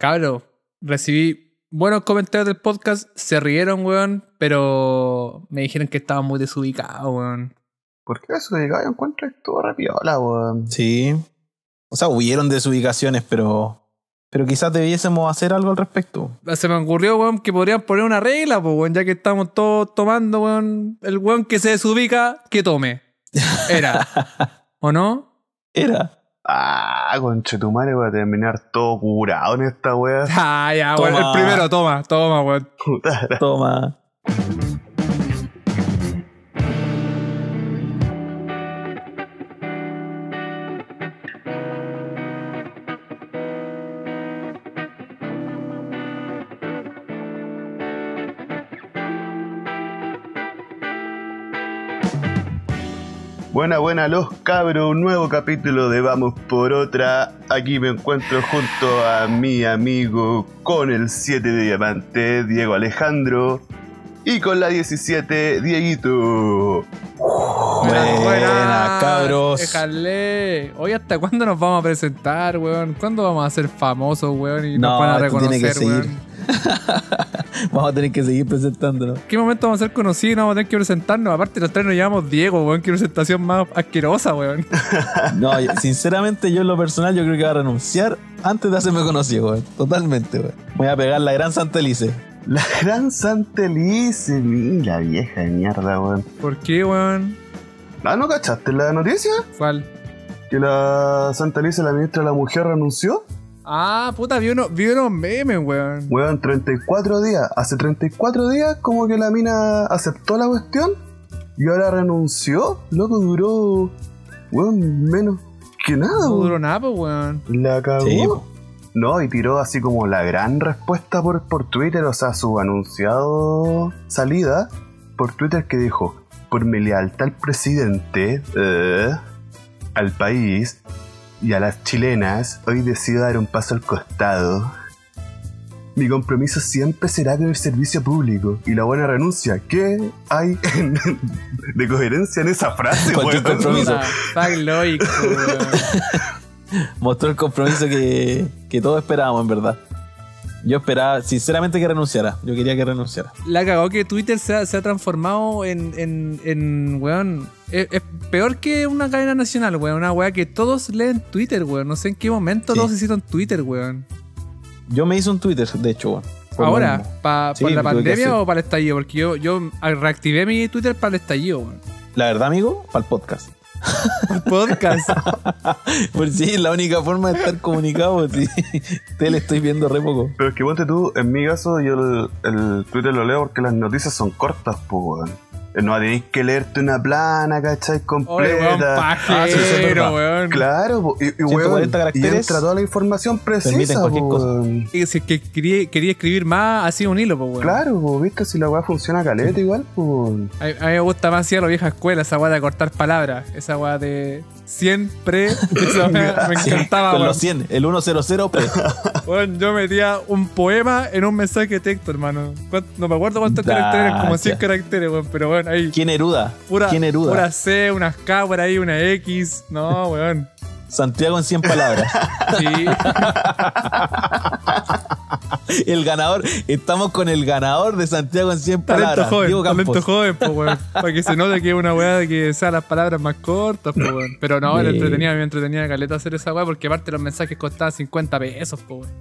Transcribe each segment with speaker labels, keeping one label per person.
Speaker 1: Cabro, recibí buenos comentarios del podcast, se rieron, weón, pero me dijeron que estaba muy desubicado, weón.
Speaker 2: ¿Por qué desubicado? Yo encuentro que estuvo re piola, weón.
Speaker 3: Sí. O sea, huyeron de sus ubicaciones, pero. Pero quizás debiésemos hacer algo al respecto.
Speaker 1: Se me ocurrió, weón, que podrían poner una regla, pues, weón, ya que estamos todos tomando, weón. El weón que se desubica, que tome. Era. ¿O no?
Speaker 3: Era.
Speaker 2: Ah, conche tu madre, voy a terminar todo curado en esta wea.
Speaker 1: Ah, ya, weón.
Speaker 3: Toma.
Speaker 1: El primero, toma, toma, weón.
Speaker 2: Puta, la-
Speaker 3: Toma.
Speaker 2: Buena, buena, los cabros. Un nuevo capítulo de Vamos por otra. Aquí me encuentro junto a mi amigo con el 7 de diamante, Diego Alejandro. Y con la 17, Dieguito.
Speaker 3: Buena, cabros.
Speaker 1: Déjale. Hoy, ¿hasta cuándo nos vamos a presentar, weón? ¿Cuándo vamos a ser famosos, weón? Y nos
Speaker 3: No,
Speaker 1: van a
Speaker 3: esto tiene
Speaker 1: reconocer,
Speaker 3: que seguir.
Speaker 1: weón.
Speaker 3: Vamos a tener que seguir presentándolo.
Speaker 1: ¿Qué momento vamos a ser conocidos y no vamos a tener que presentarnos? Aparte, los tres nos llamamos Diego, weón. Qué presentación más asquerosa, weón.
Speaker 3: No, yo- sinceramente, yo en lo personal, yo creo que va a renunciar antes de hacerme conocido, güey. Totalmente, güey. Voy a pegar la gran Santa Elise.
Speaker 2: La gran Santa Elise, mi, la vieja de mierda, weón.
Speaker 1: ¿Por qué, weón?
Speaker 2: Ah, ¿no cachaste la noticia?
Speaker 1: ¿Cuál?
Speaker 2: Que la Santa Elise, la ministra de la Mujer, renunció.
Speaker 1: Ah, puta, vi, uno, vi unos memes, weón.
Speaker 2: Weón, 34 días. Hace 34 días como que la mina aceptó la cuestión y ahora renunció. Loco, duró, weón, menos que nada,
Speaker 1: No duró
Speaker 2: weón.
Speaker 1: nada, pues, weón.
Speaker 2: La cagó.
Speaker 3: Sí, po.
Speaker 2: No, y tiró así como la gran respuesta por, por Twitter, o sea, su anunciado salida por Twitter que dijo, por mi lealtad al presidente, eh, al país y a las chilenas, hoy decido dar un paso al costado. Mi compromiso siempre será con el servicio público y la buena renuncia. ¿Qué hay en- de coherencia en esa frase?
Speaker 3: Cualquier
Speaker 2: weón?
Speaker 3: compromiso.
Speaker 1: Puta, fuck lógico, weón.
Speaker 3: Mostró el compromiso que, que todos esperábamos, en verdad. Yo esperaba, sinceramente, que renunciara. Yo quería que renunciara.
Speaker 1: La cagó que Twitter se ha, se ha transformado en, en, en weón. Es, es peor que una cadena nacional, weón. Una weá que todos leen Twitter, weón. No sé en qué momento
Speaker 3: Sí.
Speaker 1: todos hicieron Twitter, weón.
Speaker 3: Yo me hice un Twitter, de hecho, güey. Por lo
Speaker 1: Ahora,
Speaker 3: mismo.
Speaker 1: pa-
Speaker 3: Sí,
Speaker 1: ¿por la
Speaker 3: lo tuve que
Speaker 1: pandemia
Speaker 3: hacer.
Speaker 1: o para el estallido? Porque yo, yo reactivé mi Twitter para el estallido, weón.
Speaker 3: La verdad, amigo, para el podcast.
Speaker 1: Por Podcast.
Speaker 3: Pues sí, es la única forma de estar comunicado. pues Sí. Tele estoy viendo re poco.
Speaker 2: Pero es que ponte tú, en mi caso, yo el, el Twitter lo leo porque las noticias son cortas, pues, weón. Eh, No tenéis que leerte una plana, ¿cachai?
Speaker 1: Oye, weón,
Speaker 2: Completa.
Speaker 3: Ah, sí, eso es
Speaker 1: pajero,
Speaker 3: verdad.
Speaker 1: weón.
Speaker 2: claro, po, y, y, weón,
Speaker 3: 140
Speaker 2: y
Speaker 3: caracteres
Speaker 2: entra toda la información
Speaker 3: permiten
Speaker 2: precisa,
Speaker 3: cualquier
Speaker 2: po,
Speaker 3: cosa.
Speaker 2: weón.
Speaker 1: Y Si es que quería, quería escribir más, así un hilo, pues, weón.
Speaker 2: Claro, po, viste, si la weá funciona caleta igual, pues.
Speaker 1: A, a mí me gusta más ir a la vieja escuela, esa weá de cortar palabras. Esa weá de siempre. Esa weá me
Speaker 3: Sí,
Speaker 1: encantaba,
Speaker 3: Con
Speaker 1: weón.
Speaker 3: los 100, el 100p.
Speaker 1: Weón, Yo metía un poema en un mensaje de texto, hermano. ¿Cuán- No me acuerdo cuántos
Speaker 3: Dacha.
Speaker 1: caracteres, como 100 caracteres, weón. Pero bueno, ahí.
Speaker 3: ¿Quién eruda?
Speaker 1: Pura,
Speaker 3: ¿Quién eruda?
Speaker 1: pura C, unas K por ahí, una X. No, weón.
Speaker 3: Santiago en 100 palabras.
Speaker 1: Sí.
Speaker 3: El ganador, estamos con el ganador de Santiago en 100
Speaker 1: Talento
Speaker 3: palabras.
Speaker 1: joven,
Speaker 3: Diego Campos.
Speaker 1: talento joven, po, weón. Para que se note que es una weá de que sea las palabras más cortas, po, weón. Pero no, era
Speaker 3: Sí.
Speaker 1: entretenida, me entretenía caleta hacer esa weá porque aparte los mensajes costaban 50 pesos, po, weón.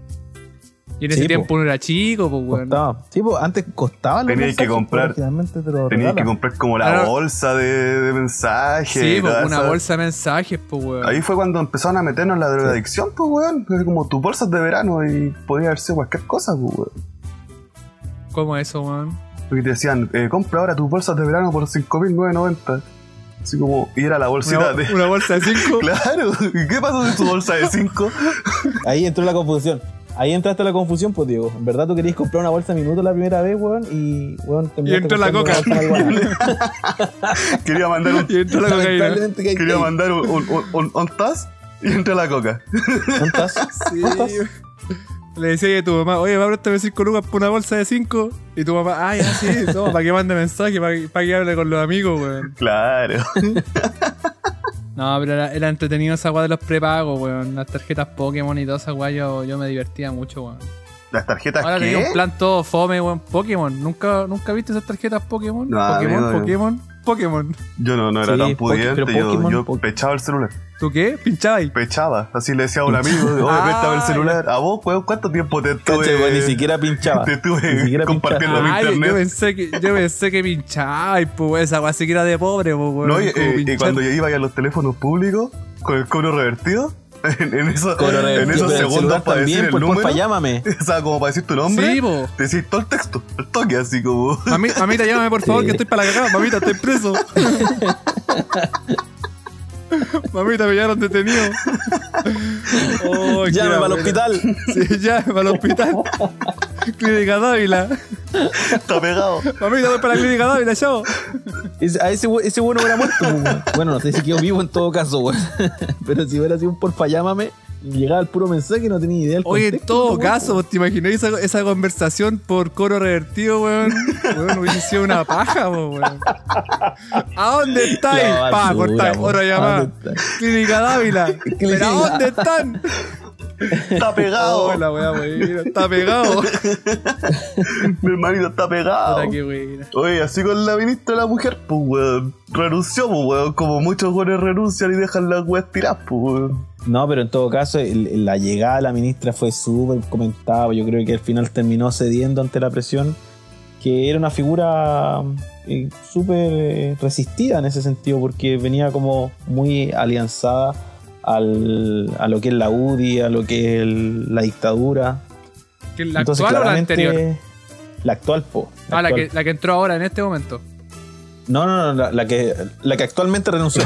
Speaker 1: Y en ese
Speaker 3: Sí, po.
Speaker 1: tiempo uno era chico, po, weón.
Speaker 3: Costaba. Sí, pues, antes costaba los
Speaker 2: Tenías que
Speaker 3: mensajes,
Speaker 2: comprar-
Speaker 3: pero finalmente te
Speaker 2: Tenías
Speaker 3: lo
Speaker 2: que
Speaker 3: regalan.
Speaker 2: comprar como la
Speaker 1: Ahora-
Speaker 2: bolsa de, de mensajes.
Speaker 1: Ah, Sí,
Speaker 2: y
Speaker 1: po,
Speaker 2: toda
Speaker 1: una
Speaker 2: esa-
Speaker 1: bolsa de mensajes, po, weón.
Speaker 2: Ahí fue cuando empezaron a meternos la drogadicción, pues, weón. Era Como tus bolsas de verano y podía haber sido cualquier cosa, pues, weón.
Speaker 1: ¿Cómo eso, weón?
Speaker 2: Porque te decían, eh, compra ahora tus bolsas de verano por 5.990. Así como, y era la bolsita
Speaker 1: Una,
Speaker 2: de...
Speaker 1: una bolsa de 5.
Speaker 2: Claro, ¿y qué pasó de tu bolsa de 5?
Speaker 3: Ahí entró la confusión. Ahí entraste a la confusión, pues Diego. En verdad tú querías comprar una bolsa de minuto la primera vez, weón, y weón terminaste
Speaker 1: Y entró la
Speaker 3: comprando
Speaker 1: coca.
Speaker 3: una bolsa de marihuana.
Speaker 2: Quería mandar un...
Speaker 1: y entró la cocaína.
Speaker 3: Lamentablemente que hay
Speaker 2: Quería
Speaker 3: que-
Speaker 2: mandar un, un, un, un- un taz y entra la coca.
Speaker 3: ¿Cuántas?
Speaker 1: Sí,
Speaker 3: ¿Cuántas?
Speaker 1: weón. Le decía a tu mamá, oye, va a préstame 5 lucas por una bolsa de 5. Y tu "Ah, mamá, ay, así, no, para que mande mensaje, para que, pa' que hable con los amigos, weón.
Speaker 2: Claro.
Speaker 1: No, pero era, era entretenido esa weá de los prepagos, weón. Las tarjetas Pokémon y toda esa weá, yo, yo me divertía mucho, weón.
Speaker 2: ¿Las tarjetas
Speaker 1: Ahora tenía un
Speaker 2: qué?
Speaker 1: plan todo fome, weón. Pokémon. ¿Nunca, nunca viste esas tarjetas Pokémon?
Speaker 2: No,
Speaker 1: Pokémon,
Speaker 2: amigo, yo-
Speaker 1: Pokémon, Pokémon.
Speaker 2: Yo no, no era
Speaker 3: Sí,
Speaker 2: tan
Speaker 3: Poké-
Speaker 2: pudiente,
Speaker 3: pero
Speaker 2: yo,
Speaker 3: Pokémon,
Speaker 2: yo
Speaker 3: Poké-
Speaker 2: pechaba el celular.
Speaker 1: ¿Tú qué? ¿Pinchabas?
Speaker 2: Pechaba, así le decía a un amigo, oye,
Speaker 1: Ah,
Speaker 2: préstame el celular. ¿A vos, weón, cuánto tiempo te
Speaker 3: Cacha, weón, ni
Speaker 2: tuve?
Speaker 3: siquiera pinchaba.
Speaker 2: Te tuve
Speaker 3: Ni siquiera
Speaker 2: compartiendo
Speaker 3: pinchaba.
Speaker 1: Ay,
Speaker 2: mi
Speaker 1: yo
Speaker 2: internet.
Speaker 1: pensé que, yo pensé que pinchabas, pues, weón. Esa weá sí que era de pobre, pues, weón.
Speaker 2: No, y,
Speaker 1: Como
Speaker 2: eh, y
Speaker 1: pinchar.
Speaker 2: cuando yo iba a los teléfonos públicos con el cobro revertido, en, en esos-
Speaker 3: Con lo
Speaker 2: en
Speaker 3: revertido,
Speaker 2: esos
Speaker 3: pero el
Speaker 2: segundos
Speaker 3: celular
Speaker 2: para decir
Speaker 3: también, pues,
Speaker 2: el
Speaker 3: por
Speaker 2: número,
Speaker 3: porfa, llámame.
Speaker 2: o sea, como para decir tu nombre,
Speaker 1: Sí, po.
Speaker 2: te decís todo el texto, el toque, así como.
Speaker 1: Mami- mamita, llámame por favor,
Speaker 3: Sí.
Speaker 1: que estoy para la cagada. Mamita, estoy preso. mamita, me llevaron detenido. Oh, qué
Speaker 3: Llame
Speaker 1: la
Speaker 3: al
Speaker 1: buena.
Speaker 3: hospital.
Speaker 1: Sí, llámame al hospital. Clínica Dávila.
Speaker 2: Está pegado.
Speaker 1: Mamita, voy para la Clínica Dávila, chao.
Speaker 3: Ese- A ese, we- ese bueno hubiera muerto. pues, weón. Bueno, no sé si quedó vivo en todo caso, weón. Pero si hubiera sido un porfa llámame, llegaba el puro mensaje, no tenía idea. del
Speaker 1: Oye, en
Speaker 3: contexto,
Speaker 1: todo
Speaker 3: weón.
Speaker 1: caso, ¿vos ¿te imagináis esa, esa conversación por coro revertido, weón? Weón, hubiese sido una paja, po, weón. ¿A dónde estáis? Pa,
Speaker 3: La basura,
Speaker 1: cortar,
Speaker 3: po.
Speaker 1: hora
Speaker 3: ¿A
Speaker 1: llamada.
Speaker 3: dónde
Speaker 1: Clínica Dávila. ¿Pero a dónde están?
Speaker 2: Está pegado.
Speaker 1: Oh, la weá, weón. Está pegado.
Speaker 2: Mi hermanito está pegado.
Speaker 1: Puta, qué buena.
Speaker 2: Oye, así con la ministra de la mujer, pues weón. Renunció, pues weón. Como muchos weones renuncian y dejan las weas tiradas, pues weón.
Speaker 3: No, pero en todo caso, el- la llegada de la ministra fue súper comentada. Yo creo que al final terminó cediendo ante la presión, que era una figura eh, súper eh, resistida en ese sentido, porque venía como muy alianzada al- a lo que es la UDI, a lo que es el- la dictadura.
Speaker 1: ¿Que ¿La
Speaker 3: Entonces,
Speaker 1: actual o la
Speaker 3: claramente,
Speaker 1: anterior?
Speaker 3: La actual, po.
Speaker 1: Ah, la
Speaker 3: actual.
Speaker 1: que, la que entró ahora en este momento.
Speaker 3: No, no, no, la, la que, la que actualmente renunció.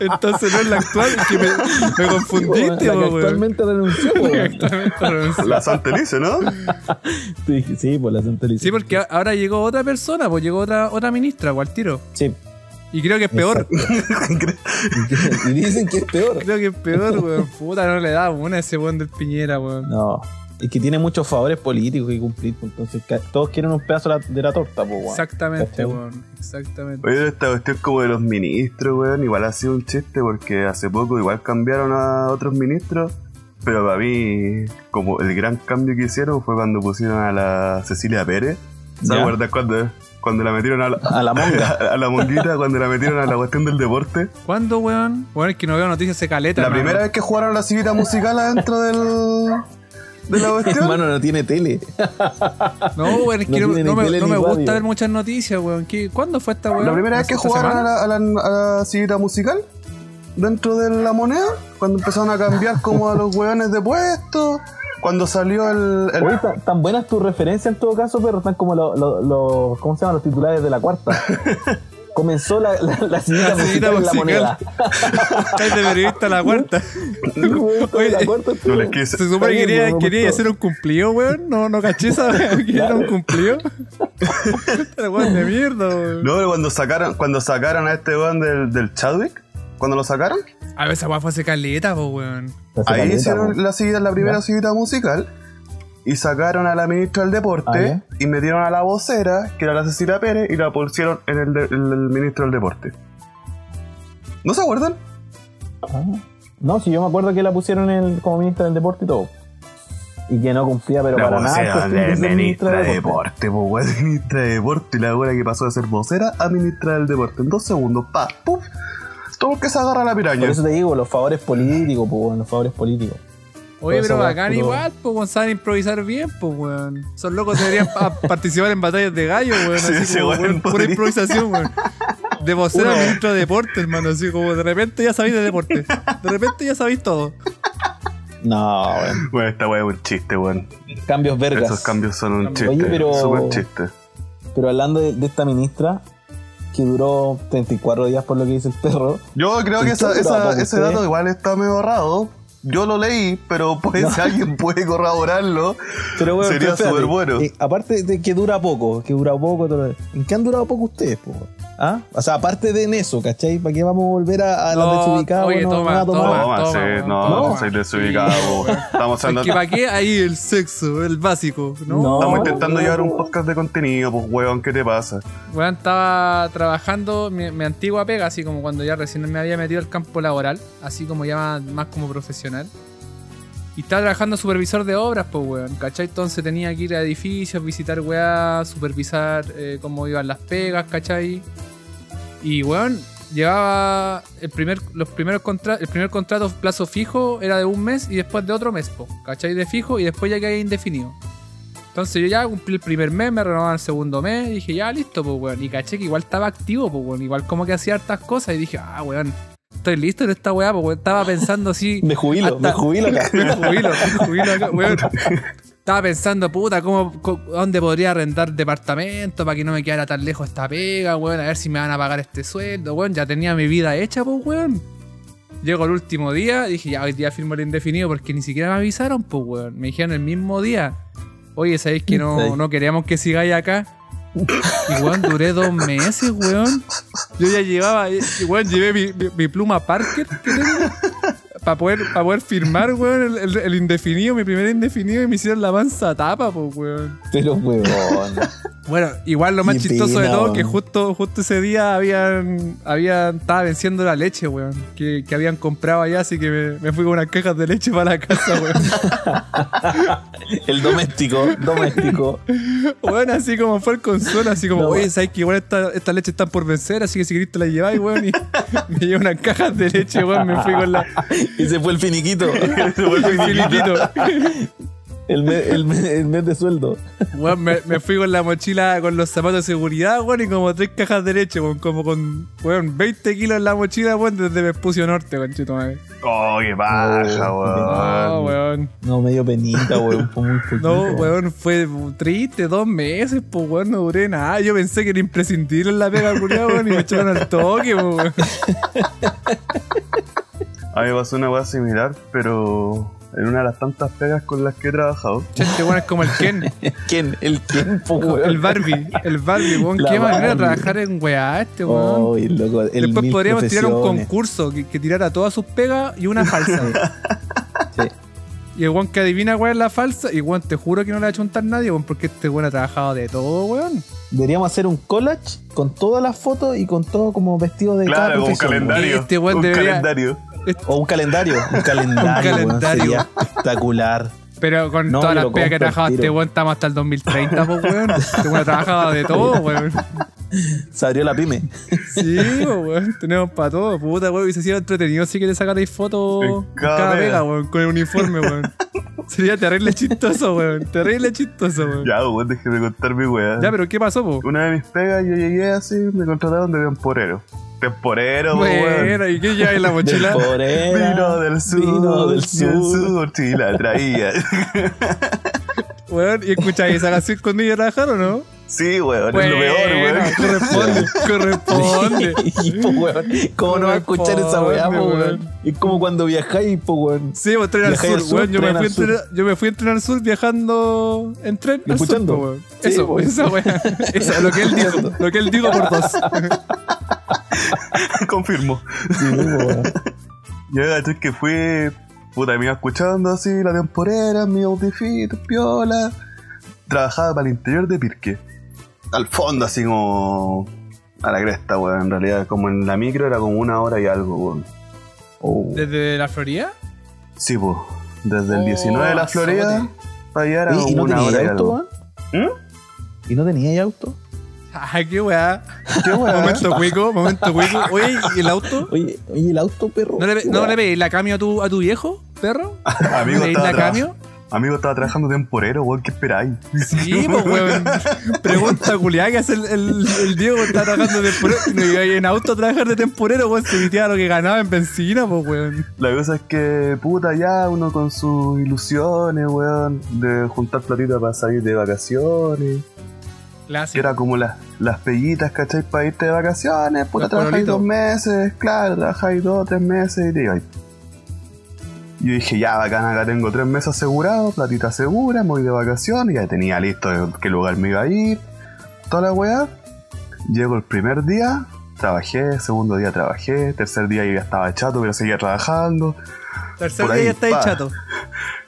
Speaker 1: Entonces no es la actual, que me, me
Speaker 3: la que
Speaker 1: confundiste, po, weón.
Speaker 3: actualmente renunció, po, weón.
Speaker 1: Actualmente.
Speaker 2: La Santa Elisa, ¿no?
Speaker 3: Sí, sí, por la Santa Elisa.
Speaker 1: Sí, porque a- ahora llegó otra persona, pues llegó otra, otra ministra, pues, al tiro.
Speaker 3: Sí.
Speaker 1: Y creo que es peor.
Speaker 3: y dicen que es peor.
Speaker 1: Creo que es peor, weón. Puta, no le da una a ese weón del Piñera, weón.
Speaker 3: No. Es que tiene muchos favores políticos que cumplir. pues, Entonces, ca- todos quieren un pedazo de la- de la torta, pues, weón.
Speaker 1: Exactamente,
Speaker 3: ¿Cachai?
Speaker 1: weón. Exactamente.
Speaker 2: Oye, esta cuestión como de los ministros, weón, igual ha sido un chiste porque hace poco igual cambiaron a otros ministros, pero para mí, como el gran cambio que hicieron fue cuando pusieron a la Cecilia Pérez. ¿Se
Speaker 3: Ya.
Speaker 2: acuerdan cuando, cuando la metieron a la,
Speaker 3: A la monga.
Speaker 2: a, la monguita, cuando la metieron a la cuestión del deporte?
Speaker 1: ¿Cuándo, weón? Weón, es que no veo noticias se caleta.
Speaker 2: La
Speaker 1: hermano.
Speaker 2: primera vez que jugaron la civita musical adentro del, de la cuestión.
Speaker 3: Hermano, no tiene tele.
Speaker 1: No, weón, es que
Speaker 3: No
Speaker 1: no,
Speaker 3: tiene
Speaker 1: no
Speaker 3: ni
Speaker 1: me,
Speaker 3: tele
Speaker 1: no
Speaker 3: ni
Speaker 1: me gusta
Speaker 3: radio.
Speaker 1: ver muchas noticias, weón. ¿Qué- ¿Cuándo fue esta weón?
Speaker 2: La primera vez que
Speaker 1: ¿Esta
Speaker 2: jugaron a
Speaker 1: semana?
Speaker 2: la, a la- a la civita musical dentro de la moneda, cuando empezaron a cambiar como a los hueones de puesto, cuando salió el... el-
Speaker 3: Oye, tan, tan buenas tus referencias en todo caso, pero están como los. los- los- ¿Cómo se llaman los titulares de la cuarta? Comenzó la, la, la señorita
Speaker 1: La señorita
Speaker 3: musical en la moneda.
Speaker 1: musical. Estáis de periodista a la cuarta. Oye,
Speaker 3: La cuarta estuvo-
Speaker 2: no les quise...
Speaker 1: Se supone que
Speaker 3: Está bien,
Speaker 1: quería,
Speaker 3: weón, me
Speaker 1: quería
Speaker 3: gustó.
Speaker 1: hacer un cumplido, weón. No, no caché esa weón, que era un cumplido. Esta weón de mierda, weón.
Speaker 2: No, pero cuando sacaron, cuando sacaron a este weón del, del Chadwick, cuando lo sacaron,
Speaker 1: A ver, esa weá fue hace caleta, po, weón.
Speaker 3: Hace
Speaker 2: ahí
Speaker 3: caleta,
Speaker 2: hicieron
Speaker 3: weón.
Speaker 2: la, seguida- la primera
Speaker 3: Ya.
Speaker 2: civita musical y sacaron a la ministra del deporte
Speaker 3: Ah,
Speaker 2: y metieron a la vocera, que era la Cecilia Pérez, y la pusieron en el, de- el- el ministro del deporte. ¿No se acuerdan?
Speaker 3: Ah. No, si yo me acuerdo que la pusieron en- como ministra del deporte y todo. Y que no cumplía, pero para nada.
Speaker 2: de
Speaker 3: cuestión de ser
Speaker 2: ministra de
Speaker 3: deporte.
Speaker 2: deporte, po, weón, ministra de deporte. Y la buena que pasó de ser vocera a ministra del deporte. En dos segundos, pa, pum. Todo que se agarra la
Speaker 3: Por
Speaker 2: piraña.
Speaker 3: eso te digo, los favores políticos, pues, bueno, los favores políticos.
Speaker 1: Oye,
Speaker 3: Toda esa
Speaker 1: pero
Speaker 3: weá,
Speaker 1: bacán
Speaker 3: puro-
Speaker 1: igual, po, weón. Saben improvisar bien, po, weón. Son locos deberían pa- participar en batallas de gallo, weón.
Speaker 2: Sí,
Speaker 1: Así
Speaker 2: ese
Speaker 1: como,
Speaker 2: weón
Speaker 1: weón, pura
Speaker 2: podría.
Speaker 1: improvisación, weón. De vocero
Speaker 3: Una-
Speaker 1: a ministro de deporte, hermano. Así como de repente ya sabéis de deporte. De repente ya sabéis todo.
Speaker 3: No, weón.
Speaker 2: Bueno, esta weá es un chiste, weón.
Speaker 3: Cambios vergas.
Speaker 2: Esos cambios son un
Speaker 1: Oye,
Speaker 2: chiste.
Speaker 3: pero-
Speaker 2: Súper chiste.
Speaker 3: Pero hablando de, de esta ministra, que duró 34 días por lo que dice el perro.
Speaker 2: Yo creo que esa-
Speaker 3: Entonces,
Speaker 2: esa-
Speaker 3: vamos,
Speaker 2: ese
Speaker 3: usted.
Speaker 2: dato igual está medio errado. Yo lo leí, pero pues si alguien puede corroborarlo.
Speaker 3: Pero weón,
Speaker 2: Sería
Speaker 3: pero espérate,
Speaker 2: súper bueno.
Speaker 3: eh, aparte de que dura poco, que dura poco. todo lo- ¿En qué han durado poco ustedes, po? ¿Ah? O sea, aparte de en eso, ¿cachai? ¿Para qué vamos a volver a, a las
Speaker 1: No,
Speaker 3: desubicadas?
Speaker 1: oye,
Speaker 3: No,
Speaker 1: toma,
Speaker 3: no,
Speaker 2: No,
Speaker 1: toma.
Speaker 2: man, sí,
Speaker 1: weón,
Speaker 2: no,
Speaker 1: toma.
Speaker 2: vamos a ir desubicados.
Speaker 1: Sí,
Speaker 2: weón. Estamos
Speaker 1: Es
Speaker 2: hablando-
Speaker 1: que para qué ahí el sexo, el básico, ¿no?
Speaker 3: No.
Speaker 2: Estamos intentando
Speaker 3: weón.
Speaker 2: llevar un podcast de contenido, pues weón, ¿qué te pasa?
Speaker 1: Weón, estaba trabajando mi, mi antigua pega, así como cuando ya recién me había metido al campo laboral, así como ya más, más como profesional. Y estaba trabajando supervisor de obras, pues, weón, ¿cachai? Entonces tenía que ir a edificios, visitar weá, supervisar eh, cómo iban las pegas, ¿cachai? Y, weón, llevaba el primer, los primeros contra- el primer contrato plazo fijo era de un mes y después de otro mes, po, ¿cachai? De fijo y después ya que indefinido. Entonces yo ya cumplí el primer mes, me renovaban el segundo mes, y dije, ya listo, pues weón. Y caché que igual estaba activo, pues weón. Igual como que hacía hartas cosas y dije, ah, weón, estoy listo en esta weá, pues weón. Estaba pensando así,
Speaker 3: Me jubilo,
Speaker 1: Hasta-
Speaker 3: me jubilo acá.
Speaker 1: me jubilo, me jubilo acá, weón. Estaba pensando, puta, ¿cómo, co- a dónde podría rentar departamento para que no me quedara tan lejos esta pega, weón? A ver si me van a pagar este sueldo, weón. Ya tenía mi vida hecha, pues, weón. Llego el último día, dije, ya hoy día firmo el indefinido porque ni siquiera me avisaron, pues, weón. Me dijeron el mismo día, oye, ¿sabéis que
Speaker 3: Sí.
Speaker 1: no, no queríamos que sigáis acá? Y, weón, duré dos meses, weón. Yo ya llevaba, y, weón, llevé mi, mi- mi pluma Parker que tengo para poder, pa poder firmar, weón, el, el- el indefinido, mi primer indefinido y me hicieron la mansa tapa, pues, weón.
Speaker 3: Pero, huevón.
Speaker 1: Bueno, igual lo más
Speaker 3: Qué
Speaker 1: chistoso de
Speaker 3: pena,
Speaker 1: todo
Speaker 3: weón.
Speaker 1: que justo, justo ese día habían, habían, estaba venciendo la leche, weón, que, que habían comprado allá, así que me, me fui con unas cajas de leche para la casa, weón.
Speaker 3: El doméstico, doméstico.
Speaker 1: Bueno, así como fue el consuelo, así como,
Speaker 3: No,
Speaker 1: oye,
Speaker 3: va.
Speaker 1: ¿sabes que igual esta, esta leche está por vencer? Así que si querés te la lleváis, weón. Y me llevé unas cajas de leche, weón. Me fui con la.
Speaker 3: Y se fue el finiquito.
Speaker 1: con el finiquito.
Speaker 3: El mes, el mes- el mes de sueldo.
Speaker 1: Weón, me, me fui con la mochila, con los zapatos de seguridad, weón, y como tres cajas de leche, weón. Como con, weón, 20 kilos en la mochila, weón, desde Vespucio Norte, conchito, madre.
Speaker 2: Oh, qué baja,
Speaker 3: Oh,
Speaker 1: No,
Speaker 2: weón.
Speaker 1: weón.
Speaker 3: No, medio penita, weón. Fue muy poquito.
Speaker 1: No, weón, fue triste, dos meses, pues, weón, no duré nada. Yo pensé que era imprescindible la pega, culiao, weón, y me echaron al toque, pues, weón.
Speaker 2: A mí me pasó una weá similar, pero en una de las tantas pegas con las que he trabajado.
Speaker 1: Chente, este weón, es como el Ken.
Speaker 3: ¿Quién? El tiempo, weón.
Speaker 1: El Barbie, el Barbie, weón.
Speaker 3: La
Speaker 1: Qué manera de
Speaker 3: Barbie.
Speaker 1: trabajar en weá este, weón.
Speaker 3: Ay, loco, el
Speaker 1: Después
Speaker 3: mil
Speaker 1: podríamos tirar un
Speaker 3: profesiones.
Speaker 1: concurso que, que tirara todas sus pegas y una falsa.
Speaker 3: Sí.
Speaker 1: y el weón que adivina cuál es la falsa. Y weón, te juro que no le va a chuntar nadie, weón, porque este weón ha trabajado de todo, weón.
Speaker 3: Deberíamos hacer un collage con todas las fotos y con todo como vestido de cada
Speaker 2: Claro, con un
Speaker 3: profesión, weón.
Speaker 2: calendario.
Speaker 1: Este weón
Speaker 2: un
Speaker 1: debería-
Speaker 2: calendario.
Speaker 3: O un calendario. Un calendario,
Speaker 1: Un
Speaker 3: weón,
Speaker 1: calendario.
Speaker 3: sería espectacular.
Speaker 1: Pero con
Speaker 3: No,
Speaker 1: todas
Speaker 3: yo
Speaker 1: las
Speaker 3: lo
Speaker 1: pegas que ha
Speaker 3: compro al
Speaker 1: trabajado este
Speaker 3: tiro.
Speaker 1: weón, estamos hasta el 2030, pues, weón. Este weón ha trabajado de todo, weón.
Speaker 3: Se abrió la pyme.
Speaker 1: Sí, pues, weón. Tenemos para todo. Puta, weón. Hubiese sido entretenido si que te sacarais fotos
Speaker 2: En
Speaker 1: en cada,
Speaker 2: cada
Speaker 1: pega,
Speaker 2: pega,
Speaker 1: weón, con el uniforme, weón. Sería terrible chistoso, weón. Terrible chistoso, weón. Ya,
Speaker 2: Ya, weón, déjeme contar mi weá.
Speaker 1: pero ¿qué pasó, po?
Speaker 2: Una de mis pegas, yo llegué así, me contrataron de temporero. Temporero, weón.
Speaker 1: Bueno, ¿y qué lleva en la mochila?
Speaker 3: Temporera,
Speaker 2: Vino del sur,
Speaker 3: Vino del
Speaker 2: y el
Speaker 3: sur.
Speaker 2: sur, y la traía.
Speaker 1: Weón, ¿y escucháis esa canción cuando iba a trabajar o no?
Speaker 2: Sí, weón, es lo peor,
Speaker 1: Bueno,
Speaker 2: weón.
Speaker 1: Corresponde, corresponde.
Speaker 3: Y, po, weón, ¿Cómo no va a escuchar esa weá, po, weón? Es como cuando viajáis, po, weón.
Speaker 1: Sí, vos tren al
Speaker 3: Viajáis
Speaker 1: sur,
Speaker 3: al sur,
Speaker 1: weón. Yo me,
Speaker 3: tren
Speaker 1: fui a
Speaker 3: al sur.
Speaker 1: entrenar- yo me fui a entrenar al sur viajando en tren. al sur,
Speaker 3: Escuchando.
Speaker 1: po, weón.
Speaker 3: Sí,
Speaker 1: eso,
Speaker 3: po.
Speaker 1: esa weá. Eso, lo que él dijo. Lo que él dijo por dos.
Speaker 2: Confirmo.
Speaker 3: Sí, po, weón.
Speaker 2: Yo caché que fui, puta, me iba escuchando así la temporera, mi audifito, piola. Trabajaba para el interior de Pirque. Al fondo, así como a la cresta, weón. En realidad, como en la micro era como una hora y algo, weón.
Speaker 3: Oh.
Speaker 1: ¿Desde la Florida?
Speaker 2: Sí, pues. Desde el
Speaker 1: Oh,
Speaker 2: 19 de la Florida
Speaker 1: azote.
Speaker 2: para llegar a
Speaker 3: Oye, ¿Y no
Speaker 2: una hora y
Speaker 3: tenías auto, ¿eh?
Speaker 2: algo.
Speaker 3: weón? ¿Mm? ¿Y no tenías auto?
Speaker 1: Ah, qué weá.
Speaker 2: ¿Qué weón?
Speaker 1: Momento cuico, momento cuico. Oye, ¿y el auto?
Speaker 3: Oye, oye, el auto, perro.
Speaker 1: ¿No le,
Speaker 3: qué
Speaker 1: no
Speaker 3: weá.
Speaker 1: le pedís la camio a tu, a tu viejo, perro?
Speaker 2: Amigo,
Speaker 1: ¿Le pedís la
Speaker 2: estaba tra-
Speaker 1: camio?
Speaker 2: amigo, estaba trabajando temporero, weón. ¿Qué esperáis?
Speaker 1: Sí, pues, weón. Pregunta culiada que hace el, el, el Diego está trabajando de temporero. Y no iba ahí en auto a trabajar de temporero, weón. Se viteaba lo que ganaba en benzina, pues, weón.
Speaker 2: La cosa es que, puta, ya uno con sus ilusiones, weón, de juntar platita para salir de vacaciones, que
Speaker 1: Clásico.
Speaker 2: era como las, las pellitas, ¿cachai? Para irte de vacaciones, puta,
Speaker 1: Los
Speaker 2: trabajáis
Speaker 1: pololitos.
Speaker 2: dos meses, claro, trabajáis dos, tres meses y te ibais. Yo dije, ya, bacán, acá tengo tres meses asegurados, platita segura, me voy de vacaciones, ya tenía listo en qué lugar me iba a ir, toda la weá. Llego el primer día, trabajé, segundo día trabajé, tercer día ya estaba chato, pero seguía trabajando.
Speaker 4: Tercer
Speaker 2: Por
Speaker 4: día
Speaker 2: ahí,
Speaker 4: ya estáis
Speaker 2: pa.
Speaker 4: chato.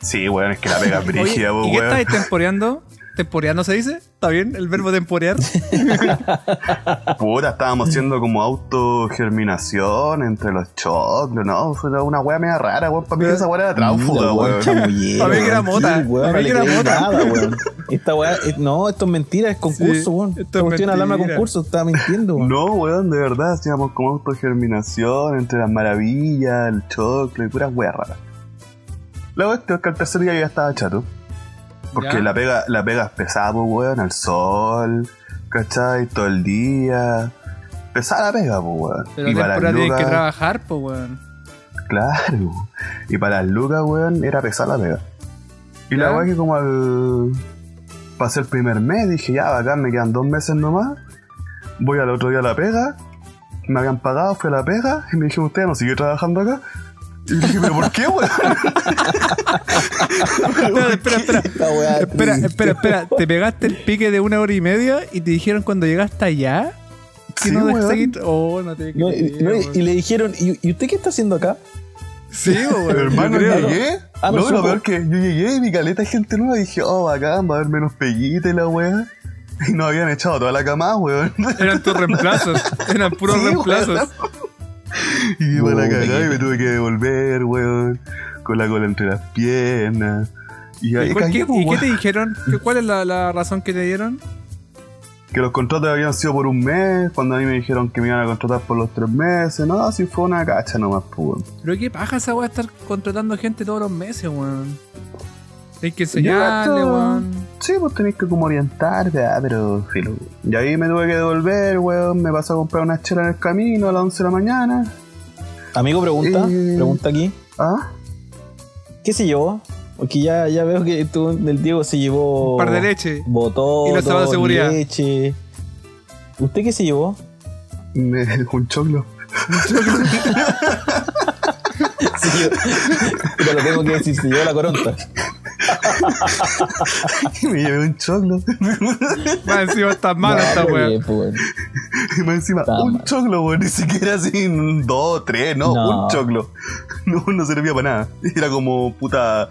Speaker 2: Sí, weón, es que la pega es
Speaker 1: Oye,
Speaker 2: brígida, pues, po,
Speaker 1: ¿Y qué
Speaker 2: weón.
Speaker 1: estáis temporeando? ¿Temporeando se dice? ¿Está bien el verbo temporear?
Speaker 2: Puta, estábamos haciendo como autogerminación entre los choclos, ¿no? Fue una weá media rara, weón. Para mí esa weá era tráfuga, weón.
Speaker 3: chamullero,
Speaker 1: A mí que era
Speaker 3: weón.
Speaker 1: mota,
Speaker 3: Sí, weón,
Speaker 1: a mí
Speaker 3: no
Speaker 1: que
Speaker 3: le
Speaker 1: era
Speaker 3: creí
Speaker 1: mota.
Speaker 3: nada, weón. Esta weá, eh, no, esto es mentira, es concurso,
Speaker 1: Sí,
Speaker 3: weón.
Speaker 1: esto es
Speaker 3: Esta cuestión alarma
Speaker 1: mentira.
Speaker 3: concurso, estaba mintiendo, weón.
Speaker 2: No, weón, de verdad, hacíamos como autogerminación entre las maravillas, el choclo y puras weas raras. Luego este, que al tercer día yo ya estaba chato. Porque
Speaker 1: Ya.
Speaker 2: la pega, la pega es pesada, pues, weón, al sol, ¿cachai? Todo el día. Pesada la pega, pues, weón.
Speaker 1: Pero
Speaker 2: y para
Speaker 1: temporada
Speaker 2: las
Speaker 1: tienen que
Speaker 2: lucas,
Speaker 1: trabajar, pues, weón.
Speaker 2: claro. Y para las lucas, weón, era pesada la pega. Y
Speaker 1: Ya.
Speaker 2: la weá que como al. Pasé el primer mes, dije, ya, bacán, me quedan dos meses nomás. Voy al otro día a la pega. Me habían pagado, fui a la pega. Y me dijeron, usted no sigue trabajando acá. Y dije, ¿pero por qué, weón?
Speaker 1: Espera, espera, espera.
Speaker 3: Esta weá es
Speaker 1: Espera,
Speaker 3: triste.
Speaker 1: espera, espera. Te pegaste el pique de una hora y media y te dijeron cuando llegaste allá que
Speaker 2: Sí,
Speaker 1: no
Speaker 2: weón.
Speaker 1: seguir. Oh, no te
Speaker 3: No, y,
Speaker 1: creo,
Speaker 3: no, y-
Speaker 1: weón.
Speaker 3: y le dijeron, ¿y, y usted qué está haciendo acá?
Speaker 1: Sí,
Speaker 2: Pero,
Speaker 1: weón.
Speaker 2: hermano,
Speaker 3: creo, ¿no?
Speaker 2: llegué.
Speaker 3: Ah, no
Speaker 2: no,
Speaker 3: supo.
Speaker 2: lo peor que yo llegué y mi caleta de gente nueva. Dije, oh, bacán, va a haber menos peguita y la weá. Y nos habían echado toda la cama, weón.
Speaker 1: Eran tus reemplazos. Eran puros
Speaker 2: Sí,
Speaker 1: reemplazos.
Speaker 2: Y me
Speaker 3: No,
Speaker 2: la cagada y
Speaker 3: peguita.
Speaker 2: me tuve que devolver, weón. Con la cola entre las piernas. Y ahí
Speaker 1: ¿Y, por
Speaker 2: cagué,
Speaker 1: qué,
Speaker 2: pues,
Speaker 1: y qué
Speaker 2: weón.
Speaker 1: te dijeron? ¿Qué- ¿Cuál es la, la razón que te dieron?
Speaker 2: Que los contratos habían sido por un mes. Cuando a mí me dijeron que me iban a contratar por los tres meses. No, si fue una cacha nomás, pues, weón.
Speaker 1: Pero qué paja esa weá estar contratando gente todos los meses, weón. Hay que
Speaker 2: Yo
Speaker 1: enseñarle,
Speaker 2: gasto-
Speaker 1: weón.
Speaker 2: Sí, pues tenés que como orientarte, ah, pero filo. Y ahí me tuve que devolver, weón. Me pasé a comprar una chela en el camino a las 11 de la mañana.
Speaker 3: Amigo, pregunta,
Speaker 2: Eh.
Speaker 3: pregunta aquí.
Speaker 2: ¿Ah?
Speaker 3: ¿Qué se llevó? Porque ya, ya veo que tú, el Diego se
Speaker 2: Oh.
Speaker 3: llevó...
Speaker 1: Un par de leche.
Speaker 3: Botón,
Speaker 1: Y los sábados de seguridad.
Speaker 3: leche. ¿Usted qué se llevó?
Speaker 2: Me, un choclo.
Speaker 3: Se llevó- Pero lo tengo que decir, se llevó la coronta.
Speaker 2: me llevé un choclo.
Speaker 1: Más encima está mala
Speaker 3: No,
Speaker 1: esta
Speaker 3: pero
Speaker 1: weá.
Speaker 3: bien, pues, weón.
Speaker 2: Y más encima,
Speaker 3: Está
Speaker 2: un
Speaker 3: mal.
Speaker 2: choclo, weón. Ni siquiera así, un, dos, tres, no,
Speaker 3: No.
Speaker 2: un choclo. No, no servía para nada. Era como puta.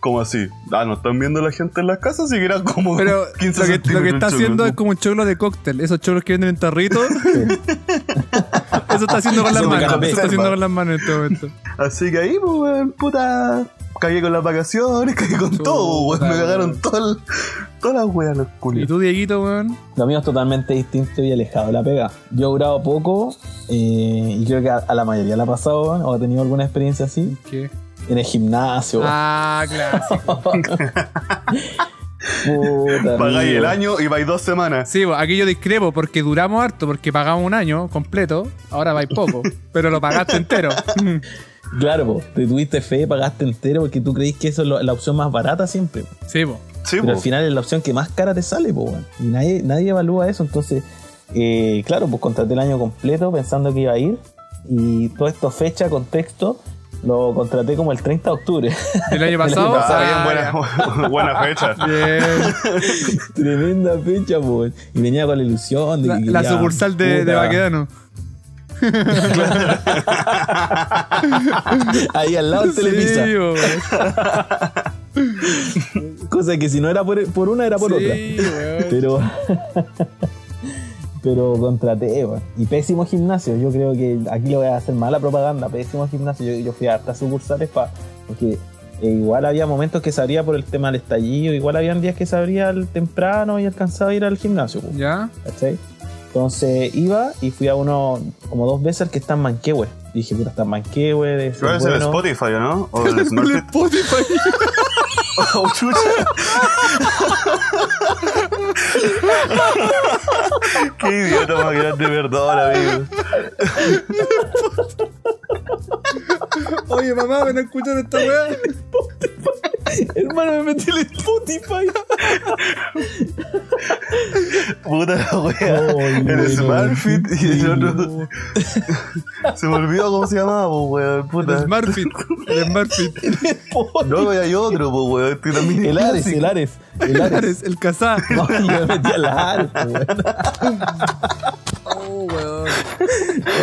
Speaker 2: Como así. Ah, no están viendo la gente en las casas, y era como.
Speaker 1: Pero lo que, lo que está
Speaker 2: centímetros el choclo.
Speaker 1: haciendo es como un choclo de cóctel. Esos choclos que venden en tarritos. Eso está haciendo con las
Speaker 3: Haciendo
Speaker 1: manos.
Speaker 3: canapé.
Speaker 1: Eso está haciendo con las manos en este momento.
Speaker 2: Así que ahí, pues, weón, puta. Cagué con las vacaciones, cagué con
Speaker 1: Chuta,
Speaker 2: todo, weón. Me
Speaker 1: weón.
Speaker 2: cagaron todo el- todas las weas, los
Speaker 1: ¿Y
Speaker 2: culios.
Speaker 1: tú, Dieguito, weón?
Speaker 3: Lo mío es totalmente distinto y alejado de la pega. Yo he durado poco eh, y creo que a, a la mayoría la ha pasado weón, o ha tenido alguna experiencia así
Speaker 1: ¿Qué?
Speaker 3: en el gimnasio.
Speaker 1: Ah, clásico.
Speaker 3: puta,
Speaker 2: Pagáis
Speaker 3: amigo.
Speaker 2: el año y vais dos semanas.
Speaker 1: Sí, pues, aquí yo discrepo porque duramos harto, porque pagamos un año completo. Ahora vais poco, pero lo pagaste entero.
Speaker 3: Claro, po, te tuviste fe, pagaste entero porque tú creís que eso es lo- la opción más barata siempre. po.
Speaker 1: Sí, pues.
Speaker 2: Sí,
Speaker 3: Pero al
Speaker 2: po.
Speaker 3: final es la opción que más cara te sale, po, weón. Y nadie, nadie evalúa eso. Entonces, eh, claro, pues contraté el año completo pensando que iba a ir. Y todo esto, fecha, contexto, lo contraté como el 30 de octubre.
Speaker 1: ¿Del año pasado?
Speaker 3: año
Speaker 2: Ah, bien,
Speaker 1: Ah,
Speaker 2: buena, buena fecha.
Speaker 1: ya. Bien.
Speaker 3: Tremenda fecha, po, weón. Y venía con la ilusión de
Speaker 1: La,
Speaker 3: que
Speaker 1: la
Speaker 3: quería-
Speaker 1: sucursal de, de
Speaker 3: puta,
Speaker 1: Baquedano.
Speaker 3: Ahí al lado del
Speaker 1: Sí,
Speaker 3: Telepizza.
Speaker 1: po, weón.
Speaker 3: Cosa que si no era por, por una, era por otra.
Speaker 1: Sí, weón.
Speaker 3: Pero. pero contraté, weón. Y pésimo gimnasio. Yo creo que aquí le voy a hacer mala propaganda. Pésimo gimnasio. Yo, yo fui a hartas sucursales para. Porque eh, igual había momentos que sabría por el tema del estallido. Igual habían días que sabría temprano y alcanzaba a ir al gimnasio, po,
Speaker 1: ¿Ya?
Speaker 3: ¿cachai? Entonces iba y fui a uno como dos veces al que está en Manquehue. Dije, puta, está en Manquehue. debe ser
Speaker 2: Creo que es el
Speaker 3: bueno.
Speaker 2: Spotify, ¿o ¿no? O el Smurfit.
Speaker 1: Spotify.
Speaker 2: Oh, chucha. Qué idiota más grande, perdón, amigo.
Speaker 1: Oye, mamá, ven a escuchar esta weá.
Speaker 3: El hermano, me metí el Spotify.
Speaker 2: Puta la wea.
Speaker 3: Oh, bueno,
Speaker 2: el Smartfit y el otro.
Speaker 3: bueno.
Speaker 2: Se me olvidó cómo se llamaba, po, weón.
Speaker 1: El
Speaker 2: Puta.
Speaker 1: Smartfit. El Smartfit.
Speaker 2: No, pero hay otro, po, weón. que también es
Speaker 3: El Ares,
Speaker 2: clásico.
Speaker 3: el Ares, el
Speaker 1: El,
Speaker 3: Ares.
Speaker 1: Ares, el Kazaa.
Speaker 3: No, yo me metí al Ares, po, weón.
Speaker 1: Oh, weón.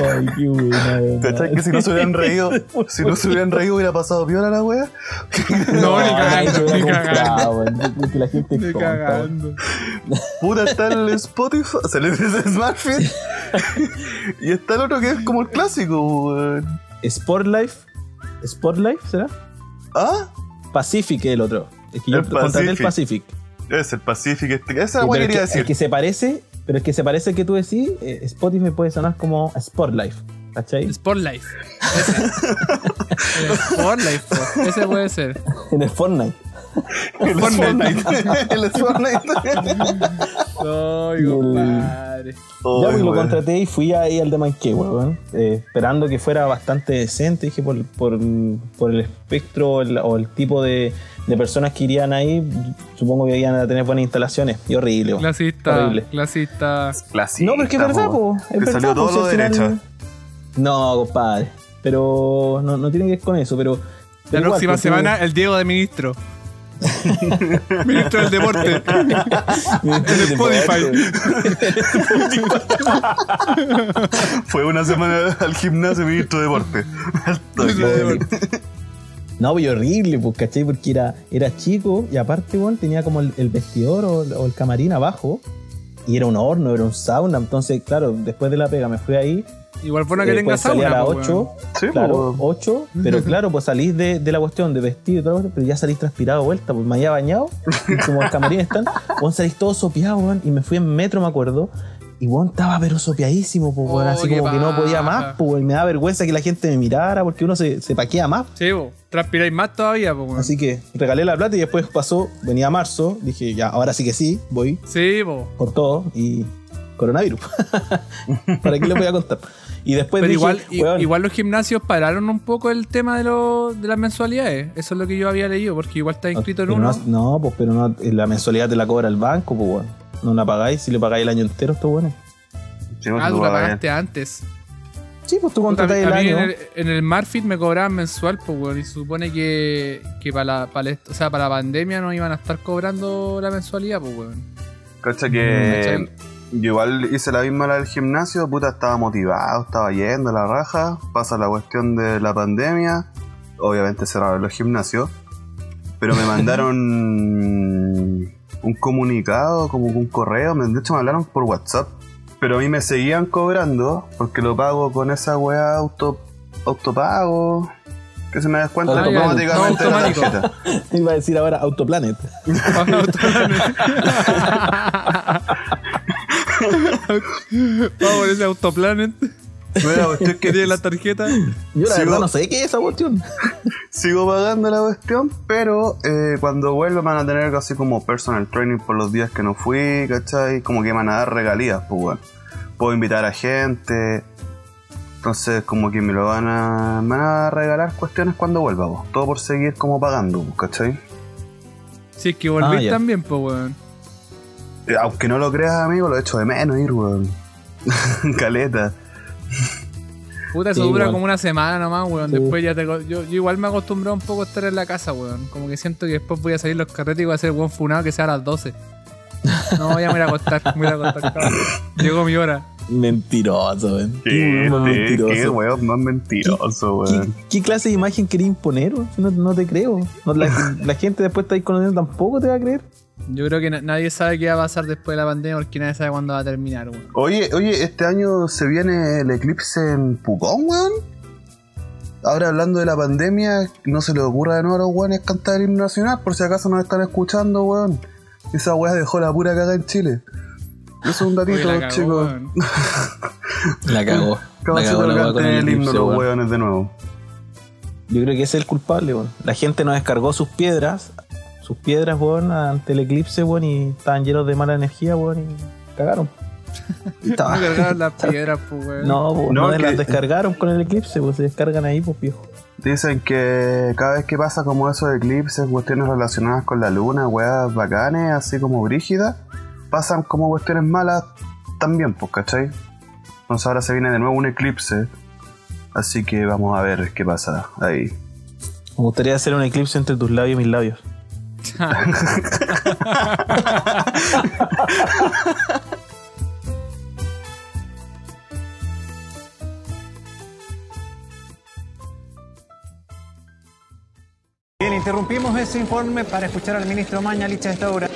Speaker 3: Ay, qué buena, weón.
Speaker 2: ¿Cachai? Que si no se hubieran reído, si no se hubieran reído, hubiera pasado viola la wea.
Speaker 1: No, ni
Speaker 3: ay,
Speaker 1: cagando,
Speaker 3: yo
Speaker 1: ni
Speaker 3: hubiera
Speaker 1: cagando.
Speaker 3: comprado, weón. Que- que la gente
Speaker 1: Ni
Speaker 3: compra, weón.
Speaker 1: cagando.
Speaker 2: Puta, está el Spotify, o sea, el Smartfit. y está el otro que es como el clásico, weón.
Speaker 3: Sport Life. Sport Life, ¿será?
Speaker 2: ¿Ah?
Speaker 3: Pacific es el otro. Es que yo
Speaker 2: El
Speaker 3: contraté el
Speaker 2: Pacific.
Speaker 3: Pacific.
Speaker 2: Es el Pacific. Esa es
Speaker 1: Ah,
Speaker 2: la
Speaker 3: Sí,
Speaker 2: wea
Speaker 3: pero
Speaker 2: que
Speaker 3: el que,
Speaker 2: quería
Speaker 3: el que
Speaker 2: decir.
Speaker 3: se parece, pero el que se parece que tú decís, eh, Spotify puede sonar como Sport Life. ¿Cachai?
Speaker 1: Sport Life. Ese. El Sport Life. po. Ese puede ser.
Speaker 3: En el Fortnite.
Speaker 2: El
Speaker 1: Fortnite.
Speaker 2: Fortnite. El Fortnite.
Speaker 1: Ay, compadre.
Speaker 2: Oh,
Speaker 3: ya pues, lo
Speaker 2: weón.
Speaker 3: contraté y fui ahí al de Mike, weón. Eh, esperando que fuera bastante decente. Dije, por, por- por el espectro o el, o el tipo de, de personas que irían ahí, supongo que iban a tener buenas instalaciones. Y horrible, weón.
Speaker 1: Clasista.
Speaker 3: Horrible.
Speaker 1: Clasista.
Speaker 2: Clasista,
Speaker 3: No, pero es que es verdad,
Speaker 2: po.
Speaker 3: po.
Speaker 2: Te
Speaker 3: Es verdad,
Speaker 2: salió
Speaker 3: po, si
Speaker 2: todo
Speaker 3: al
Speaker 2: de
Speaker 3: final-
Speaker 2: derecha.
Speaker 3: No, compadre. Pero no, no tiene que ver con eso, pero.
Speaker 1: La
Speaker 3: pero igual, pues,
Speaker 1: próxima
Speaker 3: porque-
Speaker 1: semana, el Diego de ministro. ministro del deporte. En
Speaker 3: pues,
Speaker 1: Spotify.
Speaker 2: Fue una semana al gimnasio ministro de deporte. Al toque.
Speaker 1: Ministro del deporte.
Speaker 3: No, pero horrible, pues, ¿cachai? Porque era, era chico y aparte, weón, tenía como el, el vestidor o, el- o el camarín abajo y era un horno, era un sauna. Entonces, claro, después de la pega me fui ahí.
Speaker 1: Igual bueno que
Speaker 3: eh,
Speaker 1: tenga
Speaker 3: pues, salí
Speaker 1: sauna.
Speaker 3: a las
Speaker 1: po,
Speaker 3: 8,
Speaker 1: weón.
Speaker 2: Sí,
Speaker 3: claro,
Speaker 2: po.
Speaker 3: 8, pero claro, pues salís de, de la cuestión de vestido y todo, pero ya salís transpirado de vuelta, pues me había bañado, y como el camarín están, weón, salís todo sopeado, weón, y me fui en metro, me acuerdo. Y weón estaba pero sopeadísimo, pues, weón,
Speaker 1: Oh,
Speaker 3: así
Speaker 1: qué
Speaker 3: como que no podía más,
Speaker 1: paja.
Speaker 3: pues, weón, y me da vergüenza que la gente me mirara porque uno se, se paquea más,
Speaker 1: Sí, po. transpiráis más todavía, po, weón.
Speaker 3: Así que regalé la plata y después pasó, venía marzo, dije ya, ahora sí que sí, voy
Speaker 1: Sí, po.
Speaker 3: por todo y coronavirus. ¿Para qué les voy a contar? Y después
Speaker 1: Pero
Speaker 3: Pues dije,
Speaker 1: igual, i-
Speaker 3: weón,
Speaker 1: igual los gimnasios pararon un poco el tema de, lo- de las mensualidades. Eso es lo que yo había leído, porque igual está
Speaker 3: no,
Speaker 1: inscrito en
Speaker 3: Ah, pero
Speaker 1: uno.
Speaker 3: No, no, pues pero no, la mensualidad te la cobra el banco, pues weón. No la pagáis, si le pagáis el año entero, esto bueno.
Speaker 2: Sí, no
Speaker 1: ah,
Speaker 2: se
Speaker 1: tú
Speaker 2: lo
Speaker 1: la
Speaker 2: va a ver.
Speaker 1: pagaste antes.
Speaker 3: Sí, pues tú
Speaker 1: Puta,
Speaker 3: contratás
Speaker 1: a
Speaker 3: el
Speaker 1: mí
Speaker 3: año.
Speaker 1: en el, en el Marfit me cobraban mensual, pues, weón. Y se supone que, que para, la, para, la- o sea, para la pandemia no iban a estar cobrando la mensualidad, pues, weón.
Speaker 2: Cacha
Speaker 1: Mm, ¿Cachai?
Speaker 2: que yo igual hice la misma la del gimnasio, puta, estaba motivado, estaba yendo a la raja, pasa la cuestión de la pandemia, obviamente cerraron los gimnasios, pero me mandaron un comunicado, como un correo, me- de hecho me hablaron por WhatsApp, pero a mí me seguían cobrando porque lo pago con esa weá auto, autopago, que se me descuenta
Speaker 3: Ah, ya,
Speaker 2: automáticamente de la
Speaker 1: automático.
Speaker 2: tarjeta.
Speaker 3: Iba a decir ahora Autoplanet.
Speaker 1: Vamos por ese autoplanet
Speaker 2: No era cuestión
Speaker 1: que tiene
Speaker 2: que
Speaker 1: la tarjeta.
Speaker 3: Yo la
Speaker 2: Sí,
Speaker 3: verdad
Speaker 2: vos-
Speaker 3: no sé qué es esa cuestión.
Speaker 2: Sigo pagando la cuestión, pero eh, cuando vuelva van a tener algo así como personal training por los días que no fui, ¿cachai? Como que van a dar regalías, pues bueno. Puedo invitar a gente. Entonces como que me lo van a, me van a regalar cuestiones cuando vuelva, pues. Todo por seguir como pagando, pues, ¿cachai?
Speaker 1: Si es que volvís
Speaker 3: Ah, ya.
Speaker 1: también, pues, weón.
Speaker 2: Eh, Aunque no lo creas, amigo, lo echo de menos ir, weón. Caleta.
Speaker 1: Puta, eso
Speaker 3: Sí,
Speaker 1: dura
Speaker 3: igual.
Speaker 1: como una semana nomás, weón.
Speaker 3: Sí.
Speaker 1: Después ya te. co- Yo, yo igual me he acostumbrado un poco a estar en la casa, weón. Como que siento que después voy a salir los carretes y voy a hacer el weón funado que sea a las 12. No, ya me voy a ir a acostar, me voy a ir a acostar. cabrón. Llegó mi hora.
Speaker 3: Mentiroso, weón.
Speaker 2: Qué,
Speaker 3: Más
Speaker 2: qué,
Speaker 3: mentiroso.
Speaker 2: qué weón más mentiroso,
Speaker 3: ¿Qué,
Speaker 2: weón.
Speaker 3: qué clase de imagen quería imponer? weón? Si No, no te creo. No, la, la gente después te está ahí conociendo tampoco te va a creer.
Speaker 1: Yo creo que na- nadie sabe qué va a pasar después de la pandemia porque nadie sabe cuándo va a terminar, weón.
Speaker 2: Oye, oye, este año se viene el eclipse en Pucón, weón. Ahora hablando de la pandemia, no se le ocurra de nuevo a los weones cantar el himno nacional, por si acaso nos están escuchando, weón. Esa weá dejó la pura caga en Chile. Eso es un
Speaker 1: Oye,
Speaker 2: datito,
Speaker 1: la cagó,
Speaker 2: chicos.
Speaker 1: weón.
Speaker 3: La cagó.
Speaker 2: Cabacito que canten el himno los weones de nuevo.
Speaker 3: Yo creo que ese es el culpable, weón. La gente nos descargó sus piedras, sus piedras, weón, ante el eclipse, weón, y estaban llenos de mala energía, weón, y cagaron. Y estaba-
Speaker 1: Me cargaron las piedras, pues, weón.
Speaker 3: no, weón,
Speaker 2: No,
Speaker 3: no,
Speaker 2: que-
Speaker 3: las descargaron con el eclipse, weón, se descargan ahí, pues viejo.
Speaker 2: Dicen que cada vez que pasa como esos eclipses, cuestiones relacionadas con la luna, weas bacanes, así como brígidas, pasan como cuestiones malas también, pues, ¿cachai? Entonces ahora se viene de nuevo un eclipse, así que vamos a ver qué pasa ahí.
Speaker 3: Me gustaría hacer un eclipse entre tus labios y mis labios.
Speaker 4: Bien, interrumpimos ese informe para escuchar al ministro Mañalich a esta hora.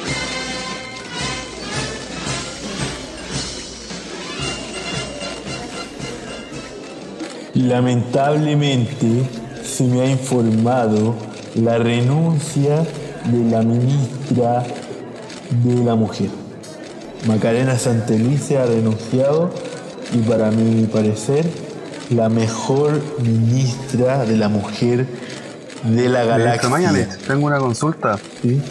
Speaker 5: Lamentablemente se me ha informado la renuncia de la ministra de la Mujer. Macarena Santelice ha renunciado y para mi parecer la mejor ministra de la Mujer de la
Speaker 2: Ministro
Speaker 5: galaxia.
Speaker 2: Mañalich, tengo una consulta.
Speaker 5: ¿Sí?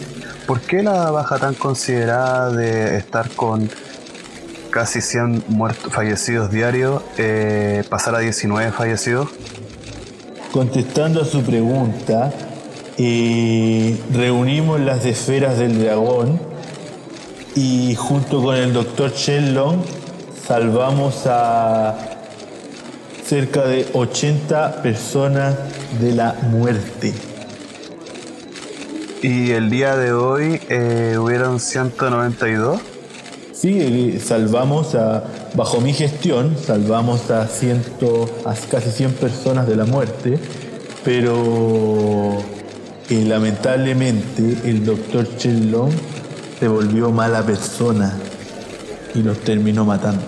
Speaker 2: ¿Por qué la baja tan considerada de estar con casi 100 muertos, fallecidos diarios, eh, pasar a 19 fallecidos?
Speaker 5: Contestando a su pregunta, eh, reunimos las esferas del dragón y junto con el doctor Shenlong salvamos a cerca de 80 personas de la muerte.
Speaker 2: Y el día de hoy eh, hubieron 192.
Speaker 5: Sí, eh, salvamos a, bajo mi gestión, salvamos a, ciento, a casi 100 personas de la muerte, pero eh, lamentablemente el doctor Chelón se volvió mala persona y los terminó matando.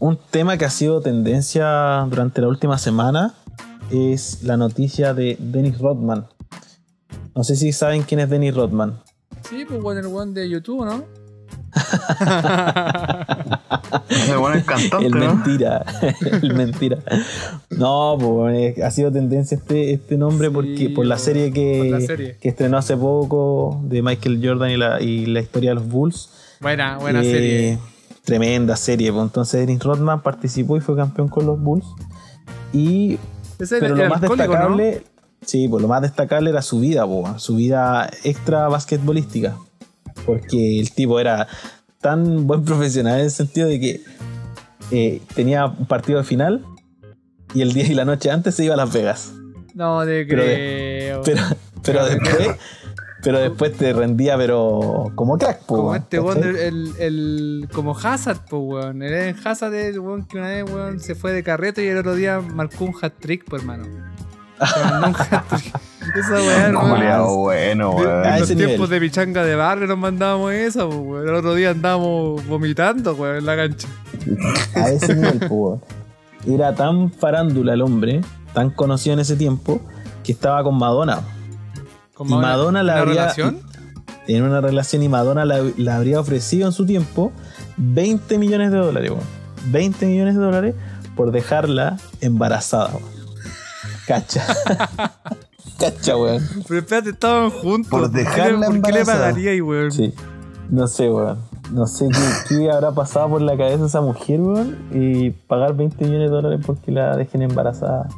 Speaker 3: Un tema que ha sido tendencia durante la última semana es la noticia de Dennis Rodman. No sé si saben quién es Dennis Rodman.
Speaker 1: Sí, pues bueno, el one de YouTube, ¿no?
Speaker 2: Me ponen cantante,
Speaker 3: el
Speaker 2: ¿no?
Speaker 3: mentira, el mentira. No, pues, eh, ha sido tendencia este, este nombre
Speaker 1: Sí,
Speaker 3: porque por la
Speaker 1: po,
Speaker 3: serie que,
Speaker 1: por la serie.
Speaker 3: que estrenó hace poco de Michael Jordan y la, y la historia de los Bulls.
Speaker 1: Buena, buena
Speaker 3: Eh,
Speaker 1: serie.
Speaker 3: Tremenda serie. pues. Entonces Dennis Rodman participó y fue campeón con los Bulls. Y
Speaker 1: Ese
Speaker 3: pero
Speaker 1: era
Speaker 3: lo
Speaker 1: el
Speaker 3: más
Speaker 1: alcohólico,
Speaker 3: destacable, sí, pues lo más destacable era su vida, po, su vida extra basquetbolística. Porque el tipo era tan buen profesional en el sentido de que eh, tenía un partido de final y el día y la noche antes se iba a Las Vegas.
Speaker 1: ¿no? No, de
Speaker 3: Pero
Speaker 1: creo.
Speaker 3: de- Pero, pero después, pero después te rendía, pero como crack, po,
Speaker 1: como este
Speaker 3: ¿cachai?
Speaker 1: weón, del- el, el- como Hazard, pues weón. El Eden Hazard es el weón que una vez weón, se fue de carrete y el otro día marcó un hat trick, pues hermano. Se mandó un hat-trick. Esa weá,
Speaker 2: No,
Speaker 1: hermano.
Speaker 2: culiao, bueno,
Speaker 1: De-
Speaker 2: weón.
Speaker 1: En
Speaker 3: A
Speaker 1: los
Speaker 3: ese nivel.
Speaker 1: tiempos de pichanga de barrio nos mandábamos esa, pues, weón. El otro día andábamos vomitando, weón, en la cancha.
Speaker 3: a ese nivel, po, weón. Era tan farándula el hombre, tan conocido en ese tiempo, que estaba con Madonna.
Speaker 1: Con
Speaker 3: Y Madonna la
Speaker 1: ¿una
Speaker 3: había-
Speaker 1: relación?
Speaker 3: Tenía una relación y Madonna la, la habría ofrecido en su tiempo 20 millones de dólares, weón. 20 millones de dólares por dejarla embarazada, weón. Cacha. Cacha, weón.
Speaker 1: Pero espérate, estaban juntos.
Speaker 2: Por
Speaker 1: ¿Por qué le-
Speaker 2: dejarla
Speaker 1: ¿Por qué le
Speaker 3: embarazada.
Speaker 1: pagaría ahí, weón?
Speaker 3: Sí. No sé, weón. No sé qué, qué habrá pasado por la cabeza esa mujer, weón. Y pagar 20 millones de dólares porque la dejen embarazada.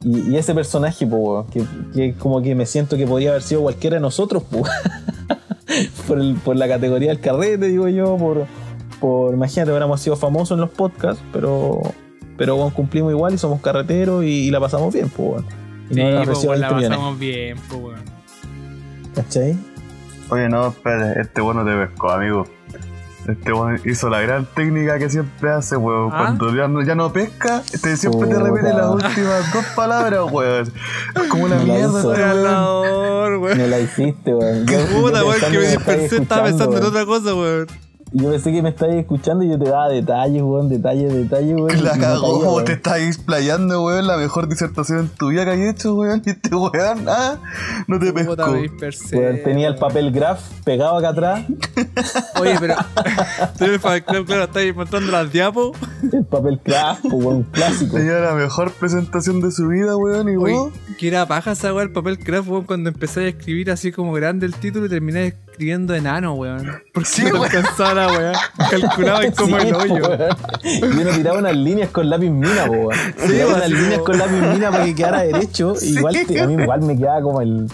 Speaker 3: Y, y ese personaje, po, weón, que, que como que me siento que podría haber sido cualquiera de nosotros, po. por, el- por la categoría del carrete, digo yo, por, por imagínate, hubiéramos sido famosos en los podcasts, pero, pero weón, cumplimos igual y somos carreteros y, y la pasamos bien, po, weón. Y
Speaker 1: Sí,
Speaker 3: no hubiéramos
Speaker 1: pues,
Speaker 3: recibido
Speaker 1: weón, la
Speaker 3: 20 millones,
Speaker 1: pasamos bien, pues, weón.
Speaker 3: ¿cachai?
Speaker 2: Oye, no, espera, este bueno te pescó, amigo. Este bueno hizo la gran técnica que siempre hace, weón.
Speaker 1: ¿Ah?
Speaker 2: Cuando ya no, ya no pesca, este siempre te
Speaker 3: Puta.
Speaker 2: repite las últimas dos palabras, weón. Es como una
Speaker 3: No la
Speaker 2: mierda,
Speaker 3: hizo.
Speaker 2: este weón.
Speaker 1: Ganador, weón.
Speaker 3: Me la hiciste, weón. Yo-
Speaker 1: Puta,
Speaker 3: yo
Speaker 1: weón, que me
Speaker 3: pensando me estabas
Speaker 1: dispersé, estaba
Speaker 3: escuchando,
Speaker 1: pensando en
Speaker 3: weón.
Speaker 1: otra cosa, weón.
Speaker 3: Y Yo pensé que me estabas escuchando y yo te daba detalles, weón, detalles, detalles, weón. y
Speaker 2: La
Speaker 3: no
Speaker 2: cagó,
Speaker 3: caía,
Speaker 2: te
Speaker 3: weón.
Speaker 2: estás explayando, weón. La mejor disertación en tu vida que hay hecho, weón. Y este weón, ah, no te pescó.
Speaker 1: Puta, me dispersé.
Speaker 3: Weón, tenía el
Speaker 1: weón.
Speaker 3: papel graph pegado acá atrás,
Speaker 1: Oye, pero. Tenía el papel, claro, claro, estáis mostrando las diapos.
Speaker 3: el papel graph, po, weón, clásico.
Speaker 2: Tenía la mejor presentación de su vida, weón. Y
Speaker 1: Oye,
Speaker 2: vos,
Speaker 1: Que era paja esa weá el papel craft, weón, cuando empecé a escribir así como grande el título y terminé escribiendo enano, weón. Porque
Speaker 2: Sí,
Speaker 1: no te
Speaker 2: weón.
Speaker 1: alcanzaba la weá. Calculaba en como
Speaker 3: Sí, pues.
Speaker 1: el
Speaker 3: po,
Speaker 1: hoyo.
Speaker 3: weón. Y uno tiraba unas líneas con lápiz mina, po, weón. Tiraba unas líneas con lápiz mina para que quedara derecho. Igual te- a mí igual me quedaba como el.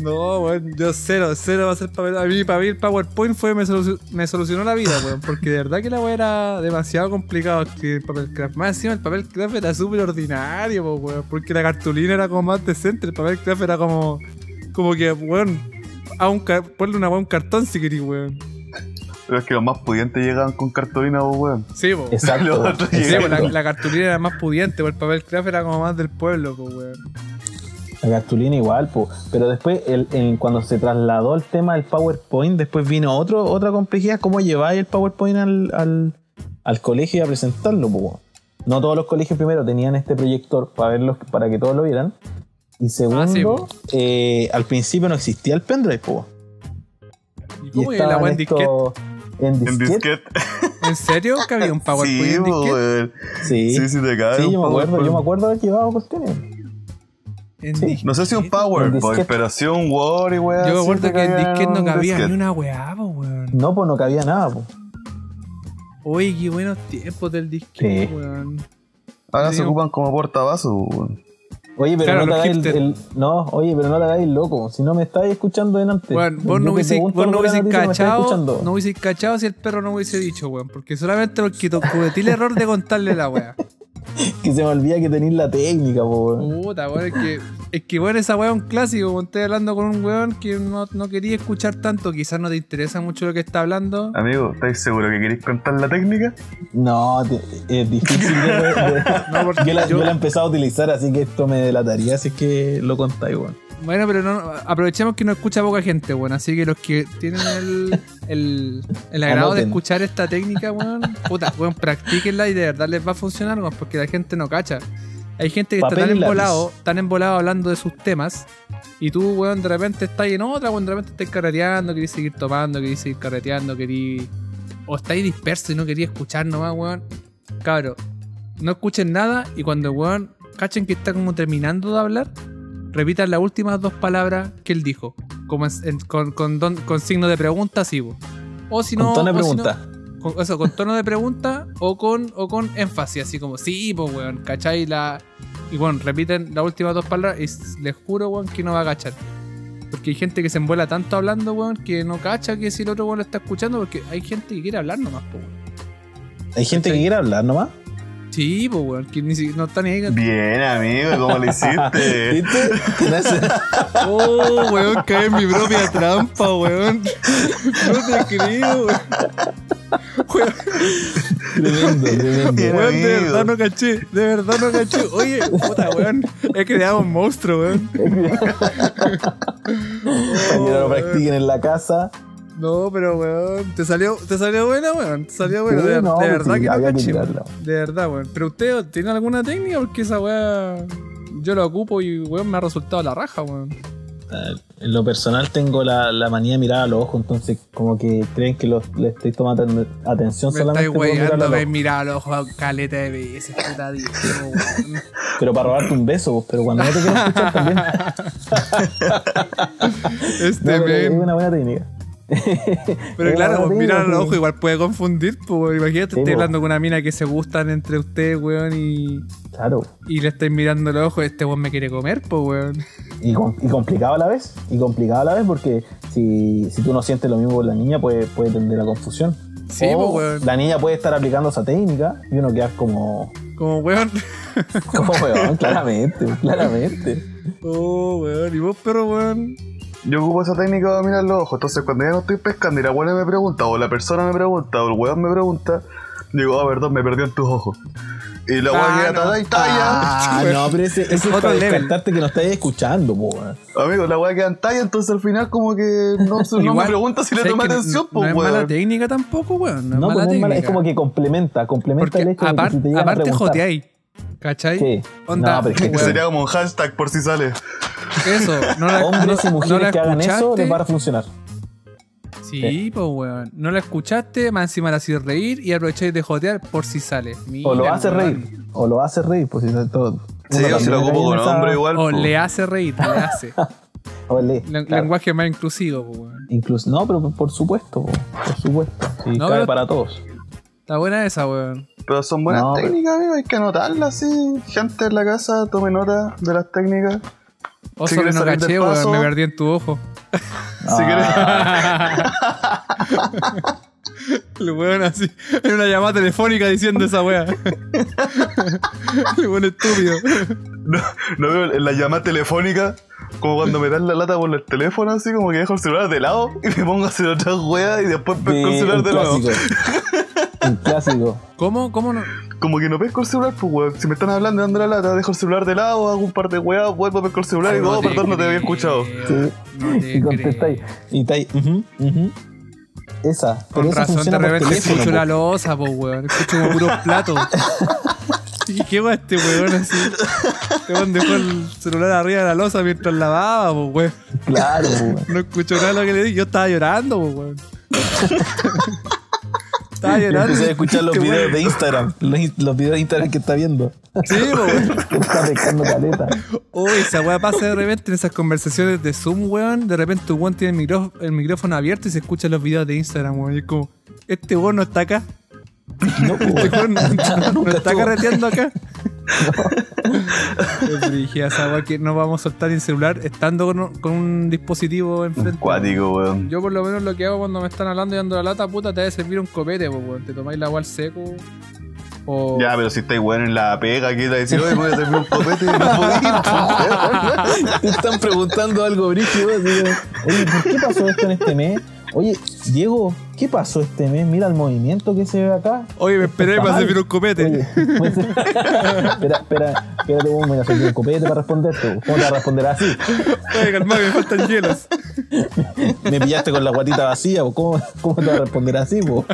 Speaker 1: No, weón, yo cero, cero va a ser papel. A mí, para mí el PowerPoint fue, me, solu- me solucionó la vida, weón. Porque de verdad que la weá era demasiado complicado escribir papel craft. Más encima el papel craft era súper ordinario, po, weón. Porque la cartulina era como más decente. El papel craft era como. Como que, weón. A un ca- ponle una weá a un cartón si querís, weón.
Speaker 2: Pero es que los más pudientes llegaban con cartulina, vos, weón.
Speaker 1: Sí, po.
Speaker 2: Los
Speaker 3: Exacto.
Speaker 2: otros
Speaker 1: Sí, po, la,
Speaker 3: exacto.
Speaker 1: la cartulina era más pudiente, po, el papel craft era como más del pueblo, po, weón.
Speaker 3: La cartulina igual, po. pero después el, el- cuando se trasladó el tema del PowerPoint, después vino otro, otra complejidad, cómo llevar el PowerPoint al, al, al colegio y a presentarlo. po, weón. No todos los colegios primero tenían este proyector para, verlos, para que todos lo vieran. Y segundo,
Speaker 1: Ah, sí, po.
Speaker 3: eh, al principio no existía el pendrive. po, weón.
Speaker 1: ¿Y
Speaker 3: Y
Speaker 1: cómo era la
Speaker 3: estaban
Speaker 1: weá en disquete?
Speaker 3: estos- en
Speaker 2: En
Speaker 3: disquete.
Speaker 2: disquete.
Speaker 1: ¿En serio? ¿Que había un PowerPoint
Speaker 2: Sí,
Speaker 1: en
Speaker 2: vos,
Speaker 1: disquete?
Speaker 2: weón.
Speaker 3: Sí,
Speaker 2: Sí, sí, te cae.
Speaker 3: Sí,
Speaker 2: un
Speaker 3: yo me acuerdo,
Speaker 2: PowerPoint.
Speaker 3: yo me acuerdo de haber llevado cuestiones.
Speaker 1: En
Speaker 3: Sí.
Speaker 1: disquete.
Speaker 2: No sé si un
Speaker 3: En
Speaker 2: PowerPoint,
Speaker 3: disquete.
Speaker 2: pero sí un Word y weón.
Speaker 1: Yo me acuerdo que en disquete no cabía ni
Speaker 2: una
Speaker 1: una weá, po, weón.
Speaker 3: No, pues no cabía nada, po.
Speaker 1: Oye, qué buenos tiempos del disquete,
Speaker 3: Sí.
Speaker 1: weón.
Speaker 2: Ahora
Speaker 1: Sí.
Speaker 2: se ocupan como portavasos, weón.
Speaker 3: Oye, pero
Speaker 1: Claro,
Speaker 3: no te
Speaker 1: los
Speaker 3: hagáis el,
Speaker 1: hipster.
Speaker 3: el- No, oye, pero no te hagáis loco. Si no me estáis escuchando delante.
Speaker 1: Bueno, vos
Speaker 3: Yo
Speaker 1: no
Speaker 3: te
Speaker 1: hubiese,
Speaker 3: pregunto
Speaker 1: vos no
Speaker 3: por la
Speaker 1: hubiese
Speaker 3: noticia, me estáis
Speaker 1: cachado,
Speaker 3: escuchando.
Speaker 1: no hubiese cachado si el perro no hubiese dicho, weón. Porque solamente porque to- cometí el error de contarle la weá.
Speaker 3: Que se me olvida que tenéis la técnica, po. weón.
Speaker 1: Puta, weón, es que, es que weón, esa weá es un clásico. weón. Estoy hablando con un weón que no, no quería escuchar tanto, quizás no te interesa mucho lo que está hablando.
Speaker 2: Amigo, ¿estáis seguro que queréis contar la técnica?
Speaker 3: No, te- es difícil. de- de-
Speaker 1: No, porque
Speaker 3: yo, la,
Speaker 1: yo-
Speaker 3: yo la he empezado a utilizar, así que esto me delataría si es que lo contáis, weón.
Speaker 1: Bueno, pero no, aprovechemos que no escucha poca gente, weón. Así que los que tienen el, el, el agrado de
Speaker 3: Anoten.
Speaker 1: escuchar esta técnica, weón, puta, weón, practíquenla y de verdad les va a funcionar, weón, porque la gente no cacha. Hay gente que
Speaker 3: Papel
Speaker 1: está
Speaker 3: y
Speaker 1: tan
Speaker 3: lápiz.
Speaker 1: embolado, tan embolado hablando de sus temas, y tú, weón, de repente estás en otra, weón, de repente estás carreteando, querís seguir tomando, querís seguir carreteando, querís. O estáis disperso y no quería escuchar nomás, weón. Cabro, no escuchen nada y cuando el weón cachen que está como terminando de hablar, repitan las últimas dos palabras que él dijo. Como en- en- con, con, don- con signo de pregunta, sí, bo. O si no.
Speaker 3: Con tono de
Speaker 1: o si no-
Speaker 3: pregunta.
Speaker 1: con, eso, con tono de pregunta o con, o con énfasis, así como, sí, pues, weón, ¿cachai? La... Y bueno, repiten las últimas dos palabras y s- les juro, weón, que no va a cachar. Porque hay gente que se envuela tanto hablando, weón, que no cacha que si el otro weón lo está escuchando, porque hay gente que quiere hablar nomás, pues, weón.
Speaker 3: Hay gente que
Speaker 1: ¿Cachai?
Speaker 3: quiere hablar nomás.
Speaker 1: Sí, pues, weón, que ni si, no está ni ahí.
Speaker 2: Bien, amigo, ¿cómo lo hiciste?
Speaker 3: ¿Viste? Tenés-
Speaker 1: Oh, weón, caí en mi propia trampa, weón. No te creo, weón. Weón,
Speaker 3: tremendo, tremendo.
Speaker 2: Bien,
Speaker 1: Weón, de
Speaker 2: amigo.
Speaker 1: verdad no caché, de verdad no caché. Oye, puta, weón, he creado un monstruo, weón. Oh,
Speaker 3: Para que no lo practiquen en la casa.
Speaker 1: No, pero weón, te salió, te salió buena, weón, te salió buena.
Speaker 3: Sí,
Speaker 1: de,
Speaker 3: no, pues
Speaker 1: de verdad
Speaker 3: sí,
Speaker 1: que no
Speaker 3: había que
Speaker 1: caché, weón.
Speaker 3: tirarla.
Speaker 1: De verdad, weón. Pero usted tiene alguna técnica porque esa weá yo la ocupo y weón me ha resultado la raja, weón.
Speaker 3: En lo personal tengo la, la manía de mirar a los ojos, entonces como que creen que los, le estoy tomando aten- atención
Speaker 1: Me
Speaker 3: solamente
Speaker 1: estáis
Speaker 3: por mirar a los
Speaker 1: weyando, me
Speaker 3: ojos.
Speaker 1: mira a los ojos caleta de veces, puta Dios, weón.
Speaker 3: Pero para robarte un beso, vos, pero cuando no te quiero escuchar también. No,
Speaker 1: Este
Speaker 3: pero es
Speaker 1: men.
Speaker 3: una buena técnica.
Speaker 1: Pero
Speaker 3: Es una
Speaker 1: claro,
Speaker 3: buena
Speaker 1: pues, mirar a
Speaker 3: técnica,
Speaker 1: los
Speaker 3: sí.
Speaker 1: ojos igual puede confundir, pues weón. imagínate,
Speaker 3: Sí,
Speaker 1: estoy
Speaker 3: po.
Speaker 1: hablando con una mina que se gustan entre ustedes, weón, y,
Speaker 3: Claro.
Speaker 1: y le estáis mirando los ojos, este weón me quiere comer, pues weón.
Speaker 3: Y, com- y complicado a la vez. Y complicado a la vez porque si, si tú no sientes lo mismo con la niña, puede, puede tender a confusión.
Speaker 1: Sí,
Speaker 3: O
Speaker 1: pues weón.
Speaker 3: La niña puede estar aplicando esa técnica y uno queda como.
Speaker 1: Como weón.
Speaker 3: Como weón, claramente, claramente.
Speaker 1: Oh, weón. ¿Y vos, perro, weón?
Speaker 2: Yo ocupo esa técnica de mirar los ojos, entonces cuando ya no estoy pescando y la abuela me pregunta, o la persona me pregunta, o el weón me pregunta, digo, ah, perdón, me perdí en tus ojos. Y la weón
Speaker 1: Ah,
Speaker 2: queda
Speaker 1: no.
Speaker 2: tada y talla.
Speaker 3: Ah, no, pero ese, ese es
Speaker 1: Otro
Speaker 3: para
Speaker 1: level.
Speaker 3: descartarte que no estáis escuchando, po, weón.
Speaker 2: Amigo, la weá queda en talla, entonces al final como que no, se- no me
Speaker 1: Igual,
Speaker 2: pregunta si le
Speaker 1: ¿sabes
Speaker 2: tomé
Speaker 1: que no-
Speaker 2: atención,
Speaker 1: No,
Speaker 2: pues
Speaker 1: es mala
Speaker 2: weón.
Speaker 1: técnica tampoco, weón. No,
Speaker 3: No,
Speaker 1: es mala
Speaker 3: pues no es,
Speaker 1: técnica.
Speaker 3: mala- es como que complementa, complementa
Speaker 1: Porque
Speaker 3: el hecho de que
Speaker 1: aparte,
Speaker 3: si te llegan a
Speaker 1: aparte
Speaker 3: preguntar.
Speaker 1: joteáis. ¿Cachai?
Speaker 3: Sí.
Speaker 1: Onda,
Speaker 3: No, pero es que
Speaker 1: weón,
Speaker 2: Sería como un hashtag por si sale.
Speaker 1: eso. No la,
Speaker 3: Hombres
Speaker 1: no- no
Speaker 3: y mujeres
Speaker 1: la
Speaker 3: que hagan eso
Speaker 1: escuchaste.
Speaker 3: les va a funcionar.
Speaker 1: Sí, pues weón. No la escuchaste, más encima la hacís reír y aprovecháis de jotear por si sale.
Speaker 3: O lo
Speaker 1: Mira,
Speaker 3: haces
Speaker 1: weón.
Speaker 3: reír. O lo haces reír, pues si no, todo.
Speaker 2: Sí,
Speaker 3: Uno
Speaker 2: yo se
Speaker 3: también
Speaker 2: lo ocupo
Speaker 3: cae
Speaker 2: con
Speaker 3: en esa-
Speaker 2: hombre igual.
Speaker 1: O
Speaker 2: po.
Speaker 1: le hace reír, le hace.
Speaker 3: o le-
Speaker 1: Len-
Speaker 3: claro,
Speaker 1: Lenguaje más inclusivo, pues, weón.
Speaker 3: Incluso, no, pero por supuesto, po, por supuesto. Y
Speaker 1: No,
Speaker 3: cae
Speaker 1: pero-
Speaker 3: para todos.
Speaker 1: Está buena esa, weón.
Speaker 2: Pero son buenas
Speaker 3: No, pero-
Speaker 2: técnicas, amigo, hay que anotarlas, sí. Gente en la casa, tome nota de las técnicas. Si
Speaker 1: Oso que
Speaker 2: quieres
Speaker 1: no
Speaker 2: salir del
Speaker 1: caché, weón,
Speaker 2: paso.
Speaker 1: me perdí en tu ojo. Ah.
Speaker 3: Ah,
Speaker 2: Si querés-
Speaker 1: El weón así, en una llamada telefónica diciendo esa weá. El weón estúpido.
Speaker 2: no, no veo en la llamada telefónica, como cuando me dan la lata por el teléfono, así como que dejo el celular de lado y me pongo a hacer otra wea y después pesco el
Speaker 3: De-
Speaker 2: celular
Speaker 3: un
Speaker 2: de nuevo.
Speaker 3: clásico. Un clásico.
Speaker 1: ¿Cómo? ¿Cómo no?
Speaker 2: Como que no pesco el celular, pues weón. Si me están hablando y dando la lata, dejo el celular de lado, hago un par de weas, vuelvo a pescar el celular y digo,
Speaker 1: No
Speaker 2: oh, perdón, no te
Speaker 1: creo,
Speaker 2: había escuchado.
Speaker 3: Sí.
Speaker 1: No te
Speaker 3: y contestáis.
Speaker 1: creo.
Speaker 3: Y estáis. ujú, ujú. Esa. Pero
Speaker 1: Con
Speaker 3: esa
Speaker 1: razón, de
Speaker 3: funciona por
Speaker 1: repente
Speaker 3: teléfono,
Speaker 1: escucho
Speaker 3: po.
Speaker 1: la losa, po, weón. Escucho como puros platos. ¿Y qué va este weón así? Este weón dejó el celular arriba de la losa mientras lavaba, po, weón.
Speaker 3: Claro, po, weón.
Speaker 1: No escuchó nada de lo que le dije. Yo estaba llorando, po, weón. estaba
Speaker 3: Yo
Speaker 1: llorando.
Speaker 3: empecé a escuchar los
Speaker 1: Este weón-
Speaker 3: videos de Instagram. Los, in- los videos de Instagram que está viendo.
Speaker 1: Sí, po, weón.
Speaker 3: Que está pescando caleta.
Speaker 1: Uy, esa weá pasa de repente en esas conversaciones de Zoom, weón. De repente un weón tiene el, micro- el micrófono abierto y se escuchan los videos de Instagram, weón. Y es como, este weón no está acá.
Speaker 3: No, po,
Speaker 1: Este
Speaker 3: weón.
Speaker 1: weón no, no- no está
Speaker 3: estuvo.
Speaker 1: carreteando acá. Es brígida esa weá que no vamos a soltar el celular estando con, con un dispositivo enfrente.
Speaker 2: Cuático, weón.
Speaker 1: Yo por lo menos lo que hago cuando me están hablando y dando la lata, puta, te debe servir un copete, po, weón. Te tomáis la agua al seco. O...
Speaker 2: Ya, pero si estáis weón en la pega, aquí te decís, oye, voy a hacerme un copete y no podéis, po, weón.
Speaker 3: Te están preguntando algo brígido. así que, Oye, ¿por qué pasó esto en este mes? Oye, Diego, ¿qué pasó este mes? Mira el movimiento que se ve acá.
Speaker 1: Oye, me esperé
Speaker 3: Está
Speaker 1: para
Speaker 3: mal.
Speaker 1: servir un copete.
Speaker 3: Oye, pues- espera, espera, espérate un momento, soy un copete para responderte. ¿Cómo te vas a responder así?
Speaker 1: Oye, calmado, que me faltan hielos.
Speaker 3: Me pillaste con la guatita vacía, po. ¿cómo, cómo te vas a responder así, pues? po?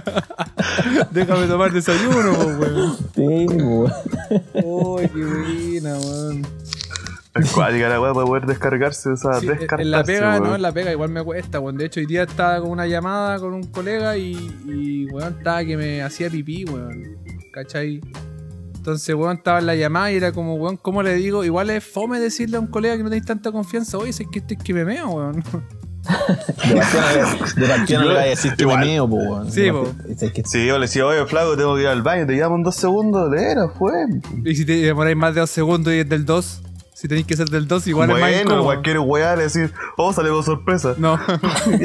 Speaker 1: Déjame tomar desayuno, po, weón.
Speaker 3: Sí, pues. po.
Speaker 1: Uy, qué buena, weón.
Speaker 2: Es cuática la weá para poder descargarse, o sea,
Speaker 1: Sí,
Speaker 2: descartarse,
Speaker 1: en la pega,
Speaker 2: weón.
Speaker 1: no, en la pega igual me cuesta, weón. De hecho, hoy día estaba con una llamada con un colega y, y weón, estaba que me hacía pipí, weón. ¿Cachai? Entonces, weón, estaba en la llamada y era como, weón, ¿cómo le digo? Igual es fome decirle a un colega que no tenéis tanta confianza, oye, si es que este es que me meo, weón.
Speaker 3: De partida no le vas a decir que
Speaker 2: Igual.
Speaker 3: meneo, po. weón.
Speaker 1: Sí, po.
Speaker 3: Es que-
Speaker 2: Sí, yo le decía, oye, flaco, tengo que ir al baño, te llamo en dos segundos, de veras, fue.
Speaker 1: Y si te demoráis más de dos segundos y es del 2, si tenéis que ser del 2, igual es más
Speaker 2: Bueno,
Speaker 1: incómodo.
Speaker 2: cualquier weá le decir, oh, sale con sorpresa.
Speaker 1: No,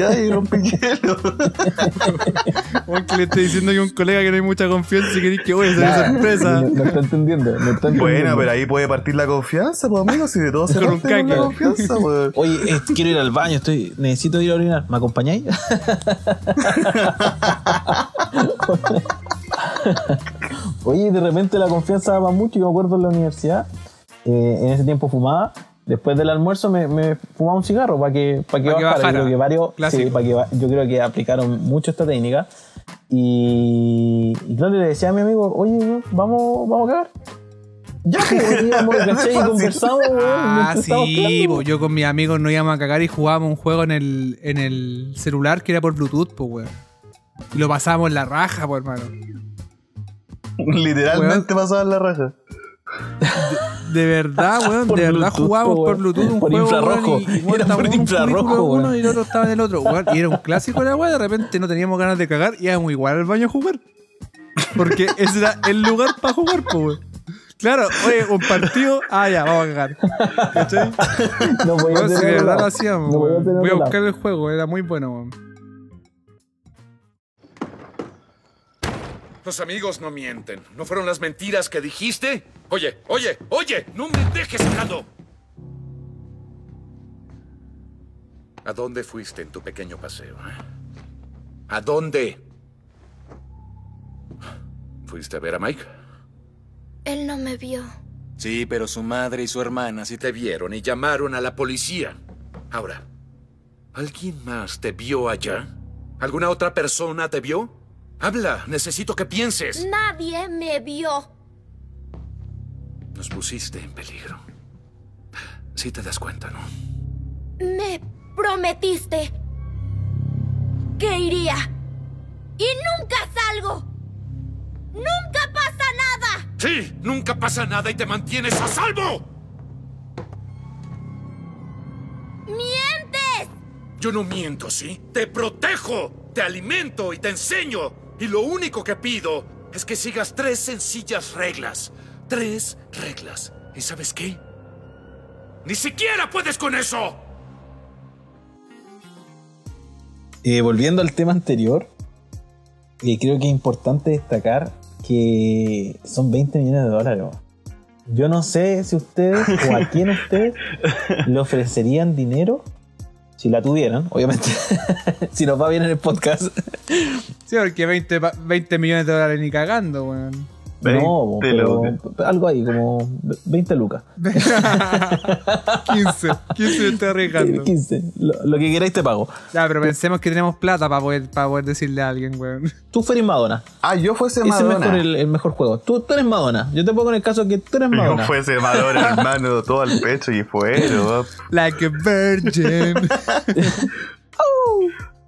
Speaker 2: Y ahí rompe hielo.
Speaker 1: weón, que le estoy diciendo que a un colega que no hay mucha confianza y queréis que, oye, sea
Speaker 3: Nada,
Speaker 1: sorpresa.
Speaker 3: No, no está entendiendo, no está entendiendo.
Speaker 2: Bueno, pero ahí puede partir la confianza, pues amigos, si de todo se
Speaker 1: Con un
Speaker 2: parte con la
Speaker 1: caque.
Speaker 2: confianza, pues. weón.
Speaker 3: Oye, eh, quiero ir al baño, estoy, necesito ir a orinar. ¿Me acompañáis? Oye, de repente la confianza va mucho. Yo me acuerdo en la universidad, eh, en ese tiempo fumaba. Después del almuerzo me, me fumaba un cigarro para que, para que
Speaker 1: Pa' que
Speaker 3: bajara.
Speaker 1: bajara.
Speaker 3: Yo creo que varios, sí,
Speaker 1: Clásico.
Speaker 3: pa' que, va- yo creo que aplicaron mucho esta técnica. Y, y claro, le decía a mi amigo, oye, vamos, vamos a cagar. Ya que íbamos, ¿cachai? y conversamos, weón.
Speaker 1: Ah,
Speaker 3: mientras estábamos
Speaker 1: sí, pues,
Speaker 3: cagando.
Speaker 1: po, yo con mis amigos nos íbamos a cagar y jugábamos un juego en el, en el celular que era por Bluetooth, pues, weón. Y lo pasábamos en la raja, pues, hermano.
Speaker 2: Literalmente pasaba en la raja.
Speaker 1: De verdad, weón,
Speaker 3: Por
Speaker 1: de verdad
Speaker 3: Bluetooth,
Speaker 1: jugábamos
Speaker 3: weón.
Speaker 1: por Bluetooth un
Speaker 3: Por
Speaker 1: juego,
Speaker 3: infrarrojo.
Speaker 1: weón, y, y, weón,
Speaker 3: Era
Speaker 1: estábamos en
Speaker 3: por
Speaker 1: un
Speaker 3: infrarrojo,
Speaker 1: cubículo
Speaker 3: weón.
Speaker 1: uno y el otro estaba en el otro, weón. Y era un clásico la weón, de repente no teníamos ganas de cagar y íbamos igual al baño a jugar. Porque ese era el lugar para jugar, pues, weón. Claro, oye, un partido, ah, ya, vamos a cagar. ¿Cachai?
Speaker 3: No voy
Speaker 1: Weón,
Speaker 3: a
Speaker 1: si Pues
Speaker 3: tener
Speaker 1: de verdad
Speaker 3: otro
Speaker 1: lo
Speaker 3: lado.
Speaker 1: hacíamos,
Speaker 3: No voy a
Speaker 1: weón.
Speaker 3: tener
Speaker 1: Voy a
Speaker 3: otro
Speaker 1: buscar el juego, era muy bueno, weón.
Speaker 6: Los amigos no mienten. ¿No fueron las mentiras que dijiste? Oye, oye, oye, no me dejes hablando. ¿A dónde fuiste en tu pequeño paseo? eh? ¿A dónde? ¿Fuiste a ver a Mike?
Speaker 7: Él no me vio.
Speaker 8: Sí, pero su madre y su hermana sí
Speaker 6: Te vieron y llamaron a la policía. Ahora, ¿alguien más te vio allá? ¿Alguna otra persona te vio? Habla, necesito que pienses.
Speaker 7: Nadie me vio.
Speaker 6: Nos pusiste en peligro. Si te das cuenta, ¿no?
Speaker 7: Me prometiste que iría. Y nunca salgo. Nunca pasa nada.
Speaker 6: Sí, nunca pasa nada y te mantienes a salvo.
Speaker 7: ¡Mientes!
Speaker 6: Yo no miento, ¿sí? Te protejo, te alimento y te enseño. Y lo único que pido es que sigas tres sencillas reglas. Tres reglas. ¿Y sabes qué? ¡Ni siquiera puedes con eso!
Speaker 3: Eh, volviendo al tema anterior, eh, creo que es importante destacar que son 20 millones de dólares. weón. Yo no sé si ustedes o a quién ustedes le ofrecerían dinero si la tuvieran, obviamente. si nos va bien en el podcast.
Speaker 1: Sí, porque 20, pa- 20 millones de dólares ni cagando, weón.
Speaker 3: no,
Speaker 2: 20
Speaker 3: pero
Speaker 2: lucas.
Speaker 3: algo ahí, como 20 lucas.
Speaker 1: 15, 15 me estoy arriesgando.
Speaker 3: 15. Lo, lo que queráis te pago.
Speaker 1: Ya, pero pensemos que tenemos plata para poder, para poder decirle a alguien, weón.
Speaker 3: Tú fueres Madonna.
Speaker 2: Ah, yo fuese
Speaker 3: Ese es
Speaker 2: Madonna.
Speaker 3: mejor el, el mejor juego. Tú, tú eres Madonna. Yo te pongo en el caso que tú eres Madonna.
Speaker 2: Yo fuese Madonna, hermano, todo al pecho y fuero.
Speaker 1: Like a virgin.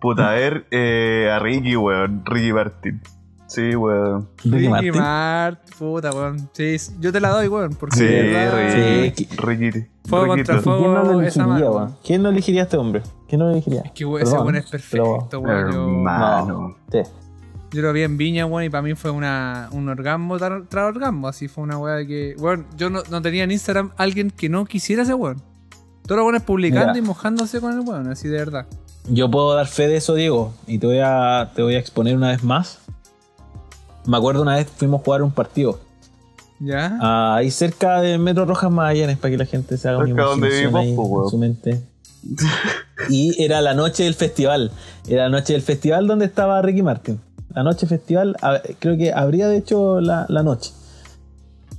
Speaker 2: Puta, a ver eh, a Ricky, weón. Ricky Martin. Sí, weón.
Speaker 3: Ricky Martin.
Speaker 1: Mart, puta, weón. Sí, yo te la doy, weón. Porque
Speaker 2: Sí,
Speaker 1: de verdad,
Speaker 2: Ricky.
Speaker 3: Sí.
Speaker 2: Ricky.
Speaker 1: Fuego
Speaker 2: Riquito.
Speaker 1: contra fuego.
Speaker 3: ¿Quién no lo
Speaker 1: esa
Speaker 3: elegiría,
Speaker 1: mano.
Speaker 3: weón? ¿Quién no elegiría a este hombre? ¿Quién no lo elegiría?
Speaker 1: Que weón, ese
Speaker 3: Perdón,
Speaker 1: weón es
Speaker 3: pero- Ah,
Speaker 1: perfecto, weón. Yo,
Speaker 2: Hermano.
Speaker 3: Sí.
Speaker 1: yo lo vi en Viña, weón, y para mí fue una, un orgasmo tra- tras orgasmo. Así fue una weá que. Weón, yo no, no tenía en Instagram alguien que no quisiera ese weón. Todos los weones publicando
Speaker 3: Ya.
Speaker 1: y mojándose con el weón, así de verdad.
Speaker 3: Yo puedo dar fe de eso, Diego, y te voy a, te voy a exponer una vez más. Me acuerdo una vez fuimos a jugar un partido.
Speaker 1: ¿Ya?
Speaker 3: Ah, Ahí cerca del Metro Rojas Magallanes, para que la gente se haga una
Speaker 2: Cerca donde
Speaker 3: imaginación
Speaker 2: vivimos,
Speaker 3: ahí
Speaker 2: po,
Speaker 3: en
Speaker 2: weón.
Speaker 3: su mente. Y era la noche del festival. Era la noche del festival donde estaba Ricky Martin. La noche festival, a- creo que habría de hecho la, la noche.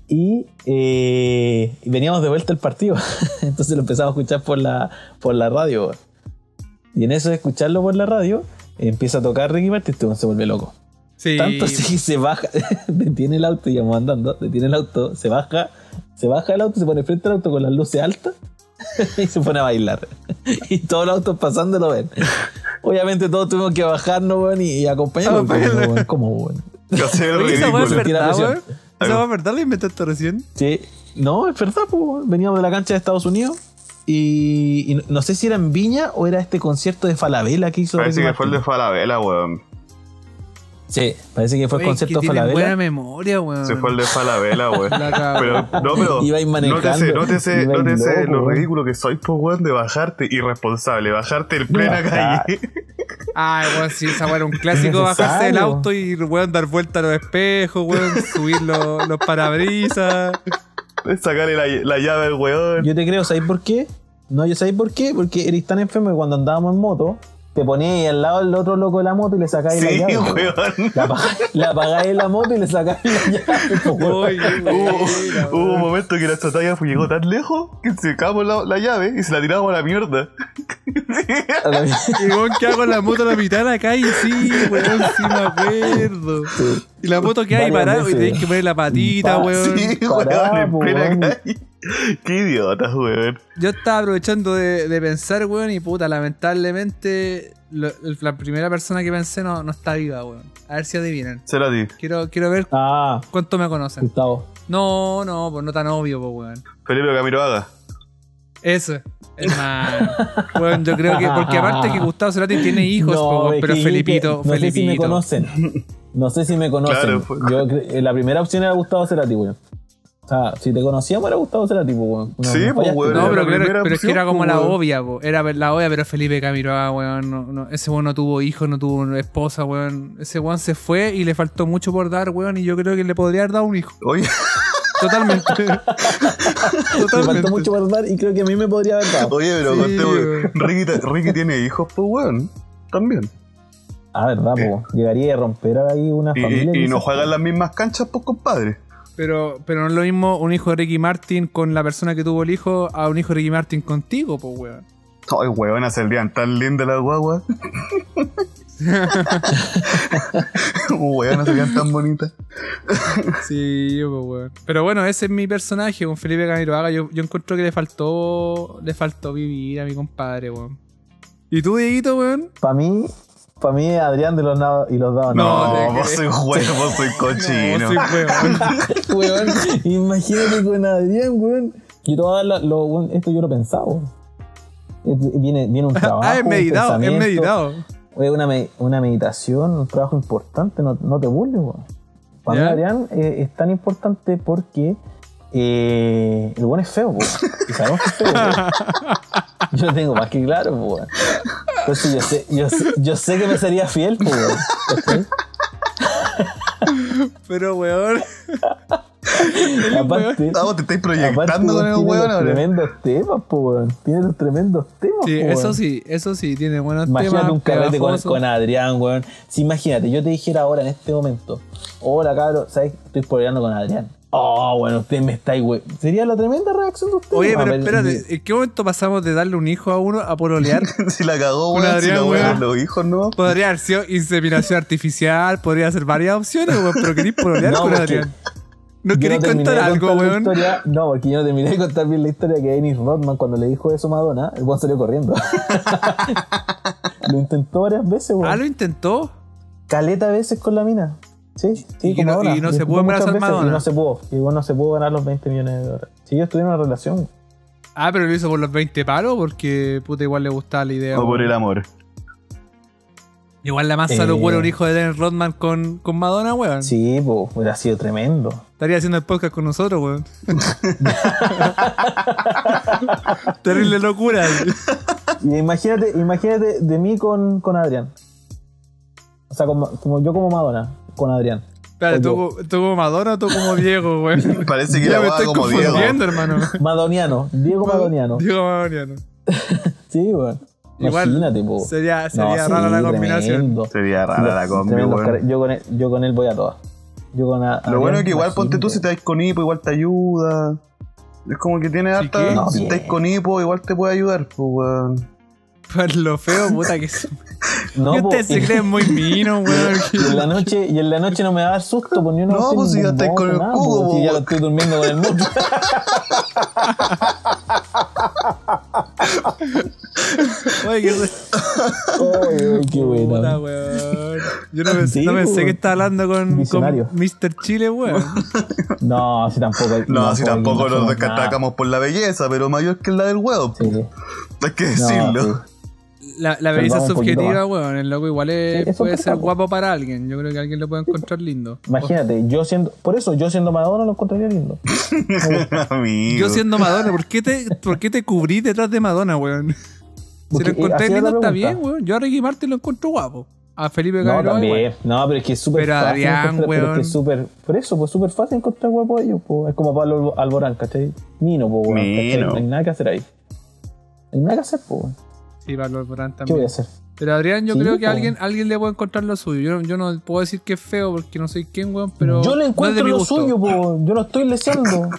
Speaker 3: Y eh, y veníamos de vuelta al partido. Entonces lo empezamos a escuchar por la, por la radio. weón. Y en eso de escucharlo por la radio, empieza a tocar Ricky Martin. Este weón se vuelve loco.
Speaker 1: sí.
Speaker 3: Tanto así
Speaker 2: pues.
Speaker 3: que se baja, detiene el auto y vamos andando, detiene el auto, se baja, se baja el auto, se pone frente al auto con las luces altas y se pone a bailar. Y todos los autos pasando lo ven. Obviamente todos tuvimos que bajarnos, weón, y, y acompañarlo.
Speaker 1: Ah,
Speaker 3: porque,
Speaker 1: bueno.
Speaker 3: weón, ¿Cómo, weón?
Speaker 2: Yo sé el
Speaker 1: Oye, esa weá es
Speaker 2: ridículo.
Speaker 3: ver- Tira
Speaker 1: verdad,
Speaker 3: presión.
Speaker 1: weón. Esa weá es verdad, la inventaste recién.
Speaker 3: Sí, no, es verdad, po, weón. veníamos de la cancha de Estados Unidos y, y no- no sé si era en Viña o era este concierto de Falabella que hizo.
Speaker 2: Parece
Speaker 3: Ricky
Speaker 2: que fue el de
Speaker 3: Martin.
Speaker 2: Falabella, weón.
Speaker 3: Sí, parece que fue el
Speaker 1: Oye,
Speaker 3: concierto
Speaker 1: que
Speaker 3: de
Speaker 1: tienen buena
Speaker 3: Falabella.
Speaker 1: memoria, weón.
Speaker 2: Se fue el de Falabella, weón.
Speaker 1: La cagó.
Speaker 2: Pero, no, pero.
Speaker 3: Iba ahí manejando.
Speaker 2: Nótese, nótese,
Speaker 3: Iba ahí
Speaker 2: nótese
Speaker 3: loco,
Speaker 2: lo
Speaker 3: weón.
Speaker 2: ridículo que soy, po, weón, de bajarte irresponsable, bajarte en plena
Speaker 3: Bajar.
Speaker 2: calle.
Speaker 1: Ay, weón, sí, esa weá era un clásico.
Speaker 3: Innecesario.
Speaker 1: Bajarse del auto y, weón, dar vuelta a los espejos, weón, subir los, los parabrisas.
Speaker 2: Sacarle la, la llave al weón.
Speaker 3: Yo te creo, ¿sabéis por qué? No, yo sabéis por qué, porque eres tan enfermo que cuando andábamos en moto, te ponías ahí al lado del otro loco de la moto y le sacáis
Speaker 2: Sí,
Speaker 3: la llave. po, weón.
Speaker 2: weón.
Speaker 3: La, apag- la apagáis en la moto y le sacáis la llave. po, weón.
Speaker 1: Oye, mira,
Speaker 2: Hubo, hubo un
Speaker 1: weón.
Speaker 2: momento que nuestra talla fue- llegó tan lejos que sacamos la, la llave y se la tiramos a la mierda.
Speaker 3: A la mierda.
Speaker 1: Y weón, que hago la moto a la mitad de la calle, sí, weón, sí me acuerdo. Y la moto que hay
Speaker 3: Varias
Speaker 1: parada, y
Speaker 3: veces. Ah,
Speaker 1: tenés que poner la patita,
Speaker 3: Va-
Speaker 1: weón.
Speaker 2: Sí,
Speaker 3: Pará,
Speaker 2: weón, en
Speaker 3: po,
Speaker 2: plena
Speaker 3: weón.
Speaker 2: calle. Qué idiotas, weón.
Speaker 1: Yo estaba aprovechando de, de pensar, weón, y puta, lamentablemente lo- el- la primera persona que pensé no, no está viva, weón. A ver si adivinan.
Speaker 2: Será ti.
Speaker 1: Quiero, quiero ver
Speaker 3: Ah,
Speaker 1: cuánto me conocen.
Speaker 3: Gustavo.
Speaker 1: No, no, pues no tan obvio, pues, weón.
Speaker 2: Felipe Camiroaga.
Speaker 1: Eso, hermano. weón, yo creo que. Porque aparte que Gustavo Cerati tiene hijos, po, weón,
Speaker 3: es
Speaker 1: pero
Speaker 3: que-
Speaker 1: Felipito,
Speaker 3: no sé si me
Speaker 1: Felipito.
Speaker 3: conocen. No sé si me conocen.
Speaker 2: Claro, pues. fue-
Speaker 3: Yo cre- eh, la primera opción era Gustavo Cerati, weón. O sea, si te conocíamos era Gustavo Cerati, po, weón. No,
Speaker 2: Sí,
Speaker 3: no
Speaker 2: po,
Speaker 3: fallaste,
Speaker 2: weón.
Speaker 1: no,
Speaker 2: Era
Speaker 1: pero,
Speaker 2: la
Speaker 1: claro,
Speaker 2: primera
Speaker 1: pero es que
Speaker 2: opción,
Speaker 1: era como
Speaker 2: pues,
Speaker 1: la
Speaker 2: weón.
Speaker 1: obvia, po. Era la obvia, pero Felipe Camiroaga, weón. no- no- Ese weón no tuvo hijos, no tuvo esposa, weón. Ese weón se fue y le faltó mucho por dar, weón. Y yo creo que le podría haber dado un hijo.
Speaker 2: Oye,
Speaker 1: Totalmente.
Speaker 3: Me faltó
Speaker 1: Totalmente.
Speaker 3: mucho por dar y creo que a mí me podría haber dado.
Speaker 2: oye, pero
Speaker 1: Sí,
Speaker 2: conté,
Speaker 1: weón.
Speaker 2: weón. Ricky, ta- Ricky tiene hijos, pues, weón. También.
Speaker 3: Ah, verdad, po. Llegaría a romper ahí una
Speaker 2: Y,
Speaker 3: familia.
Speaker 2: y- y no
Speaker 3: quizás.
Speaker 2: juegan las mismas canchas, pues, compadre.
Speaker 1: Pero, pero no es lo mismo un hijo de Ricky Martin con la persona que tuvo el hijo a un hijo de Ricky Martin contigo, pues, weón.
Speaker 2: Ay, weón, saldrían tan linda la guagua. weón, salían tan bonitas.
Speaker 1: Sí, pues, weón. Pero bueno, ese es mi personaje, con Felipe Camiroaga. Yo, yo encuentro que le faltó. Le faltó vivir a mi compadre, weón. ¿Y tú, Dieguito, weón?
Speaker 3: Para mí, Para mí es Adrián de los Nava- y los dados.
Speaker 1: No,
Speaker 2: No,
Speaker 1: te
Speaker 2: vos soy
Speaker 1: creo.
Speaker 2: huevo, vos soy cochino.
Speaker 1: No, soy huevón.
Speaker 3: weón. Imagínate con Adrián, weón. Yo te voy a dar la- lo, weón, esto yo lo pensaba. weón. Esto- Viene, viene un trabajo.
Speaker 1: Ah, es
Speaker 3: un
Speaker 1: meditado, es
Speaker 3: pensamiento.
Speaker 1: meditado.
Speaker 3: Es una, me- una meditación, un trabajo importante, no, no te burles, weón. Para mí,
Speaker 1: Ya.
Speaker 3: Adrián eh, es tan importante porque eh, el weón es feo, weón. Y sabemos que es feo, weón. Yo lo tengo más que claro, weón. Entonces yo sé, yo sé, yo sé que me sería fiel, pues, weón. ¿Cachai?
Speaker 1: Pero, weón.
Speaker 3: Aparte,
Speaker 2: Ah, vos te estáis
Speaker 3: Aparte,
Speaker 2: proyectando con el
Speaker 3: weón, tiene
Speaker 2: hueón
Speaker 3: los
Speaker 2: ahora.
Speaker 3: tremendos temas, po, weón. Tiene los tremendos temas,
Speaker 1: Sí,
Speaker 3: po, weón.
Speaker 1: eso sí, eso sí, tiene buenos
Speaker 3: Imagínate
Speaker 1: temas.
Speaker 3: un carrete con,
Speaker 1: pegajosos.
Speaker 3: con Adrián, weón. Si imagínate, yo te dijera ahora en este momento, hola, cabro, ¿sabes? Estoy peleando con Adrián. Oh, bueno, usted me está weón. Sería la tremenda reacción de usted.
Speaker 1: Oye,
Speaker 3: weón.
Speaker 1: pero
Speaker 3: A ver,
Speaker 1: espérate, ¿en qué momento pasamos de darle un hijo a uno a pololear?
Speaker 2: Si la cagó,
Speaker 1: Con
Speaker 2: weón. Si
Speaker 1: Adrián,
Speaker 2: la
Speaker 1: weón.
Speaker 2: weón, los hijos, ¿no?
Speaker 1: Podría haber sido inseminación artificial, podría ser varias opciones, weón, pero queréis pololear
Speaker 3: No,
Speaker 1: con
Speaker 3: porque
Speaker 1: Adrián. ¿No
Speaker 3: yo
Speaker 1: queréis
Speaker 3: terminé
Speaker 1: contar
Speaker 3: de
Speaker 1: algo,
Speaker 3: contar la
Speaker 1: weón?
Speaker 3: historia- No, porque yo no terminé de contar bien la historia que Dennis Rodman, cuando le dijo eso a Madonna, el weón salió corriendo. lo intentó varias veces, weón.
Speaker 1: Ah, lo intentó.
Speaker 3: caleta veces con la mina. Sí, sí,
Speaker 1: Y
Speaker 3: como
Speaker 1: no-
Speaker 3: ahora.
Speaker 1: y no se
Speaker 3: Intentó
Speaker 1: pudo
Speaker 3: muchas
Speaker 1: embarazar
Speaker 3: veces
Speaker 1: Madonna.
Speaker 3: Y no se pudo. Y bueno, no se pudo ganar los 20 millones de dólares. Si ellos tuvieron una relación.
Speaker 1: Ah, pero lo hizo por los 20 palos porque puta igual le gustaba la idea.
Speaker 2: O por
Speaker 1: weón.
Speaker 2: el amor.
Speaker 1: Igual la masa lo
Speaker 3: Eh.
Speaker 1: cuela un hijo de Dennis Rodman con, con Madonna, weón.
Speaker 3: Sí, pues, hubiera sido tremendo.
Speaker 1: Estaría haciendo el podcast con nosotros, weón. Terrible locura.
Speaker 3: Y imagínate, imagínate de mí con, con Adrián. O sea, como, como yo como Madonna, con Adrián.
Speaker 1: Espérate, ¿tú, co- tú como Madonna o tú como Diego, weón?
Speaker 2: Parece que
Speaker 1: Ya
Speaker 2: la
Speaker 1: me
Speaker 2: weá
Speaker 1: estoy
Speaker 2: como Diego.
Speaker 1: confundiendo, hermano.
Speaker 3: Madoniano, Diego Madoniano.
Speaker 1: Diego Madoniano.
Speaker 3: Sí, weón.
Speaker 1: Igual
Speaker 3: Imagínate, po.
Speaker 1: sería- sería
Speaker 3: sí,
Speaker 1: rara la combinación.
Speaker 3: tremendo.
Speaker 2: Sería rara la combi,
Speaker 3: Tremendo,
Speaker 2: weón.
Speaker 3: Oscar. Yo con, él, yo con él voy a todas. Yo con a-
Speaker 2: Lo
Speaker 3: Adrián,
Speaker 2: bueno es que igual
Speaker 3: imagínate.
Speaker 2: ponte tú si te dais con hipo, igual te ayuda. Es como que tiene
Speaker 1: ¿qué?
Speaker 2: harta.
Speaker 3: No,
Speaker 2: si
Speaker 3: bien.
Speaker 2: estáis con hipo, igual te puede ayudar, pues weón.
Speaker 1: Por Pues lo feo, puta que son.
Speaker 3: No,
Speaker 1: Y
Speaker 3: po,
Speaker 1: ustedes se
Speaker 3: y-
Speaker 1: creen muy minos,
Speaker 3: Y en
Speaker 1: weón.
Speaker 3: la noche, y en la noche no me va a dar susto, pues ni una
Speaker 2: No,
Speaker 3: hostia,
Speaker 2: pues, si ya
Speaker 3: ningún
Speaker 2: estáis
Speaker 3: moco,
Speaker 2: con el
Speaker 3: nada,
Speaker 2: cubo,
Speaker 3: pues, si ya
Speaker 2: pues.
Speaker 3: lo estoy durmiendo con el mundo.
Speaker 1: Oye, qué re-
Speaker 3: qué
Speaker 1: puta,
Speaker 3: bueno.
Speaker 1: weón. Yo no pensé,
Speaker 3: Sí,
Speaker 1: no pensé
Speaker 3: weón.
Speaker 1: que estaba hablando con, con
Speaker 3: Visionario.
Speaker 1: Mr. Chile, weón.
Speaker 3: No, así tampoco.
Speaker 2: No, así tampoco
Speaker 3: no
Speaker 2: nos
Speaker 3: hacemos nada.
Speaker 2: destacamos por la belleza, pero mayor que la del huevo,
Speaker 3: Sí, sí.
Speaker 2: hay que
Speaker 3: No,
Speaker 2: decirlo.
Speaker 3: sí.
Speaker 1: La, la belleza
Speaker 3: Salvamos un poquito
Speaker 1: subjetiva,
Speaker 3: más.
Speaker 1: weón. El loco igual
Speaker 3: Sí,
Speaker 1: es-
Speaker 3: eso es
Speaker 1: puede
Speaker 3: verdad,
Speaker 1: ser
Speaker 3: po.
Speaker 1: guapo para alguien. Yo creo que alguien lo puede encontrar lindo.
Speaker 3: Imagínate, yo siendo. Por eso, yo siendo Madonna lo encontraría lindo. pues, eh,
Speaker 2: Amigo.
Speaker 1: Yo siendo Madonna, ¿por qué te, por qué te cubrí detrás de Madonna, weón? Si lo
Speaker 3: Porque, eh,
Speaker 1: encontré
Speaker 3: hacía la
Speaker 1: lindo está
Speaker 3: pregunta.
Speaker 1: bien, weón. Yo a Ricky Martin lo encuentro guapo. A Felipe
Speaker 3: No,
Speaker 1: Calderón,
Speaker 3: también. No, pero es que es súper
Speaker 1: Pero
Speaker 3: fácil.
Speaker 1: Adrián,
Speaker 3: encontrar- pero es que es
Speaker 1: weón.
Speaker 3: súper. Por eso, pues súper fácil encontrar guapo a ellos, pues. Es como Pablo Alborán, ¿cachai? Mino, pues, weón. ¿cachai?
Speaker 2: Mino.
Speaker 3: No hay nada que hacer ahí. No hay nada que hacer, pues. weón.
Speaker 1: Sí, Pablo Alborán
Speaker 3: ¿Qué voy
Speaker 1: también.
Speaker 3: a hacer?
Speaker 1: Pero Adrián, yo
Speaker 3: Sí,
Speaker 1: creo que
Speaker 3: po.
Speaker 1: alguien, alguien le puede encontrar lo suyo. Yo, no- yo no puedo decir que es feo porque no soy quién, weón, pero.
Speaker 3: yo
Speaker 1: no
Speaker 3: le
Speaker 1: es de
Speaker 3: encuentro
Speaker 1: mi
Speaker 3: lo
Speaker 1: gusto.
Speaker 3: suyo, po. yo lo estoy leseando.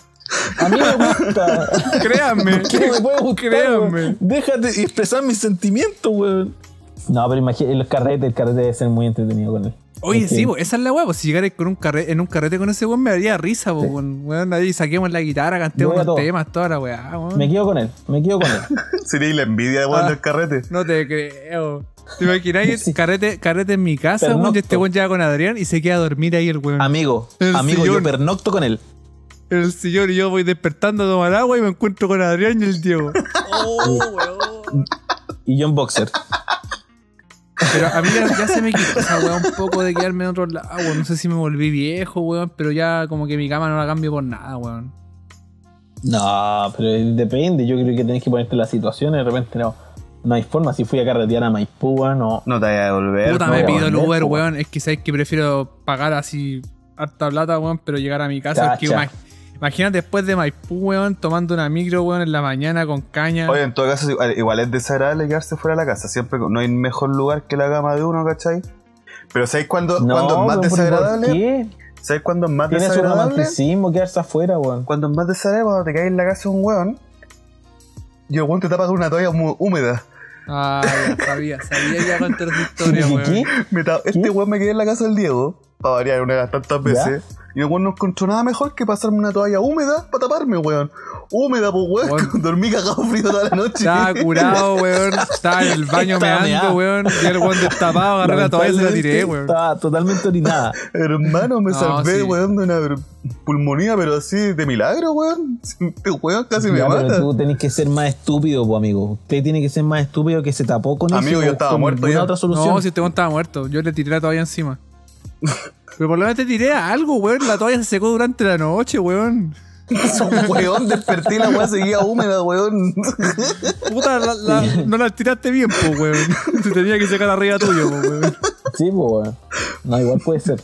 Speaker 3: A mí me gusta.
Speaker 1: Créanme.
Speaker 3: ¿Qué me puede gustar?
Speaker 1: Créanme.
Speaker 3: weón? Déjate expresar mis sentimientos, weón. No, pero imagínate, el carrete, el carrete debe ser muy entretenido con él.
Speaker 1: Oye,
Speaker 3: Ok.
Speaker 1: sí, po, esa es la weá. po. Si llegares con un carre- en un carrete con ese weón, me daría risa, po, weón. Weón, ahí saquemos la guitarra, cantemos
Speaker 3: Yo voy a
Speaker 1: los
Speaker 3: todo.
Speaker 1: temas, toda la weá, weón.
Speaker 3: Me quedo con él, me quedo con él.
Speaker 2: Sería la envidia de weón
Speaker 1: Ah.
Speaker 2: del carrete.
Speaker 1: No te creo. ¿Te imagináis?
Speaker 3: Sí.
Speaker 1: Carrete, carrete en mi casa, weón, y este
Speaker 3: Pernocto.
Speaker 1: weón llega con Adrián y se queda a dormir ahí el weón.
Speaker 3: Amigo,
Speaker 1: El
Speaker 3: amigo,
Speaker 1: sillón.
Speaker 3: yo pernocto con él.
Speaker 1: En el sillón y yo voy despertando a tomar agua y me encuentro con Adrián y el Diego.
Speaker 3: Y John Boxer.
Speaker 1: Pero a mí ya, ya se me quitó esa weá un poco de quedarme en otro lado, weón. No sé si me volví viejo, weón, pero ya como que mi cama no la cambio por nada, weón.
Speaker 3: No, pero depende, yo creo que tenés que ponerte en la situación, de repente no. No hay forma, si fui a carretear a Maipú, weón, no.
Speaker 2: No te vayas a devolver.
Speaker 1: Puta,
Speaker 3: no,
Speaker 1: me
Speaker 3: weón,
Speaker 1: pido el
Speaker 3: no,
Speaker 1: Uber,
Speaker 3: po,
Speaker 1: weón. Es que sabes que prefiero pagar así harta plata, weón, pero llegar a mi casa. Es que
Speaker 3: Cacha.
Speaker 1: ima- imagínate después de Maipú, weón, tomando una micro, weón, en la mañana con caña.
Speaker 2: Oye, en todo caso, igual- igual es desagradable quedarse fuera de la casa. Siempre con- no hay mejor lugar que la cama de uno, ¿cachai? Pero ¿sabéis cuándo,
Speaker 3: No,
Speaker 2: cuándo es más
Speaker 3: pero ¿por
Speaker 2: desagradable?
Speaker 3: qué?
Speaker 2: ¿Sabéis cuándo es más
Speaker 3: Tiene su
Speaker 2: desagradable?
Speaker 3: romanticismo quedarse afuera, weón.
Speaker 2: Cuando es más desagradable, cuando te caes en la casa de un weón y el weón te tapa con una toalla mu- húmeda.
Speaker 1: Ah, ya sabía, sabía que iba a contar esa historia,
Speaker 3: ¿Qué?
Speaker 1: weón.
Speaker 2: Me ta- Este weón me quedé en la casa del Diego para variar una de las tantas veces. Y el weón no encontró nada mejor que pasarme una toalla húmeda para taparme, weón. Húmeda, pues weón.
Speaker 1: Weón.
Speaker 2: Dormí cagado frío toda la noche.
Speaker 1: Estaba curado, weón. Estaba en el baño
Speaker 3: Estaba
Speaker 1: meando,
Speaker 3: meado.
Speaker 1: weón. Y el weón destapado, agarré la toalla y se la tiré, weón.
Speaker 3: Estaba totalmente orinada.
Speaker 2: Hermano, me
Speaker 1: No,
Speaker 2: salvé,
Speaker 1: sí.
Speaker 2: weón, de una pulmonía, pero así de milagro, weón. Este weón casi me
Speaker 3: Ya, pero
Speaker 2: mata.
Speaker 3: tú tenés que ser más estúpido, pues, amigo. Usted tiene que ser más estúpido que se tapó con eso.
Speaker 2: Amigo, yo
Speaker 3: con-
Speaker 2: estaba
Speaker 3: con
Speaker 2: muerto
Speaker 3: ninguna
Speaker 2: ya.
Speaker 3: otra solución.
Speaker 1: No, si este weón estaba muerto. Yo le tiré la toalla encima. Pero por lo menos te tiré a algo, weón. La toalla se secó durante la noche, weón.
Speaker 2: weón, desperté y la weá seguía húmeda, weón.
Speaker 1: Puta, la- la- no la tiraste bien, po, weón. Se tenía que secar arriba tuyo, po, weón.
Speaker 3: Sí, pues, weón. No, igual puede ser.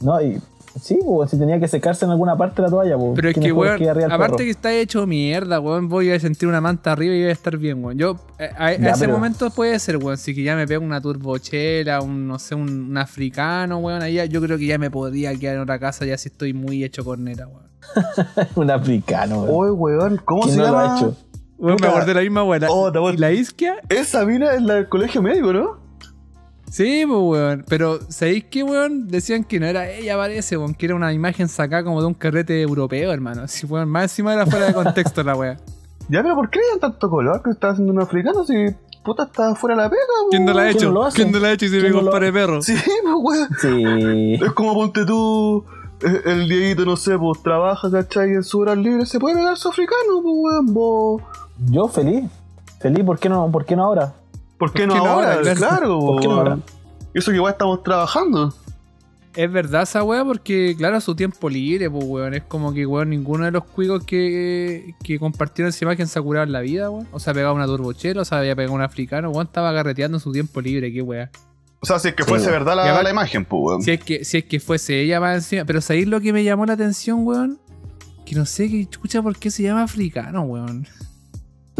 Speaker 3: No, y. Sí, pues, si tenía que secarse en alguna parte la toalla, pues.
Speaker 1: Pero es
Speaker 3: ¿qué
Speaker 1: que,
Speaker 3: mejor
Speaker 1: weón,
Speaker 3: arriba el
Speaker 1: aparte
Speaker 3: perro?
Speaker 1: que está hecho mierda, weón. Voy a sentir una manta arriba y voy a estar bien, weón. Yo, eh, a, a
Speaker 3: Ya,
Speaker 1: ese
Speaker 3: pero-
Speaker 1: momento puede ser, weón. Si que ya me pego una turbochela, un, no sé, un, un africano, weón. Ahí ya- yo creo que ya me podría quedar en otra casa ya si estoy muy hecho corneta, weón.
Speaker 3: Un africano, weón.
Speaker 2: Oye, weón, ¿cómo
Speaker 3: ¿Quién
Speaker 2: se
Speaker 3: no lo
Speaker 2: llama?
Speaker 3: ha hecho?
Speaker 1: Weón, me
Speaker 2: Puta.
Speaker 1: acordé de la misma, weón. La,
Speaker 2: Oh, te voy-
Speaker 1: la isquia?
Speaker 2: Esa mina es la del colegio médico, ¿no?
Speaker 1: Sí, pues, weón. Pero, ¿sabéis qué, weón? Decían que no era ella, parece, weón. Que era una imagen sacada como de un carrete europeo, hermano. Así, weón. Más encima era fuera de contexto la weón.
Speaker 2: Ya, pero ¿por qué le dan tanto color que está haciendo un africano si puta está fuera de la pega, weón?
Speaker 1: ¿Quién no la ha
Speaker 3: ¿Quién no
Speaker 1: hecho?
Speaker 3: lo hace?
Speaker 1: ¿Quién no la ha hecho y se
Speaker 3: ¿Quién
Speaker 1: ve
Speaker 3: no lo
Speaker 1: compadre perro?
Speaker 2: Sí, pues, weón.
Speaker 3: Sí.
Speaker 2: Es como ponte tú. eh, El Dieguito, no sé, pues trabaja, ¿cachai? En su horas libre se puede pegar su africano, pues, weón. vos.
Speaker 3: Yo feliz. Feliz, ¿por qué no, por qué no ahora?
Speaker 2: ¿Por qué no
Speaker 1: qué no
Speaker 2: ahora?
Speaker 1: ahora?
Speaker 2: Claro,
Speaker 3: ¿Por qué no
Speaker 2: weón.
Speaker 3: ahora?
Speaker 2: Eso que igual estamos trabajando.
Speaker 1: Es verdad esa weá, porque claro, su tiempo libre, pues weón. Es como que weón, ninguno de los cuicos que, que compartieron esa imagen se ha curado en la vida, weón. O sea, pegaba una turbochela, o sea, había pegado un africano, weón, estaba carreteando en su tiempo libre, qué weá.
Speaker 2: O sea, si es que fuese
Speaker 3: weón.
Speaker 2: verdad
Speaker 1: Y
Speaker 2: la,
Speaker 1: aparte-
Speaker 2: la imagen, pues, weón.
Speaker 1: Si es que, si es que fuese ella más encima. Pero ¿sabéis lo que me llamó la atención, weón? Que no sé qué escucha por qué se llama africano, weón.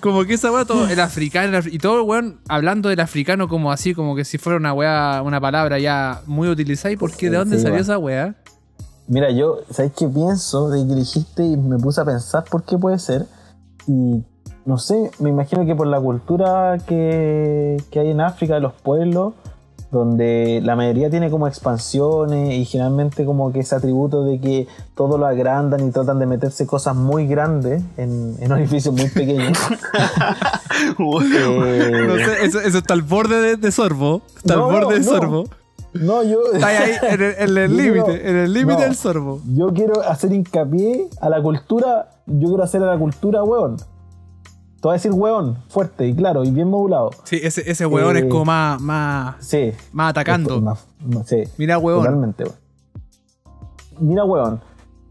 Speaker 1: como que esa weá, todo, el africano, el afri- y todo, weón, hablando del africano como así, como que si fuera una weá, una palabra ya muy utilizada. ¿Y por qué? ¿De
Speaker 3: Sí,
Speaker 1: dónde
Speaker 3: sí,
Speaker 1: salió
Speaker 3: weón.
Speaker 1: esa weá?
Speaker 3: Mira, yo, ¿sabes qué pienso de que dijiste y me puse a pensar por qué puede ser? Y no sé, me imagino que por la cultura que, que hay en África, de los pueblos, donde la mayoría tiene como expansiones y generalmente como que ese atributo de que todo lo agrandan y tratan de meterse cosas muy grandes en, en orificios muy pequeños. Eh,
Speaker 1: No sé, eso, eso está al borde de, de sorbo. Está
Speaker 3: No,
Speaker 1: al borde de
Speaker 3: no.
Speaker 1: sorbo.
Speaker 3: no, yo...
Speaker 1: Está ahí en el- en el
Speaker 3: Yo
Speaker 1: límite,
Speaker 3: creo-
Speaker 1: en el límite
Speaker 3: no.
Speaker 1: del sorbo.
Speaker 3: Yo quiero hacer hincapié a la cultura. Yo quiero hacer a la cultura weón. Te voy a decir weón, fuerte y claro, y bien modulado.
Speaker 1: Sí, ese, ese weón es
Speaker 3: Eh.
Speaker 1: como más, más,
Speaker 3: Sí.
Speaker 1: más atacando.
Speaker 3: Más- más- sí.
Speaker 1: Mira, weón.
Speaker 3: Totalmente, weón. Mira, weón.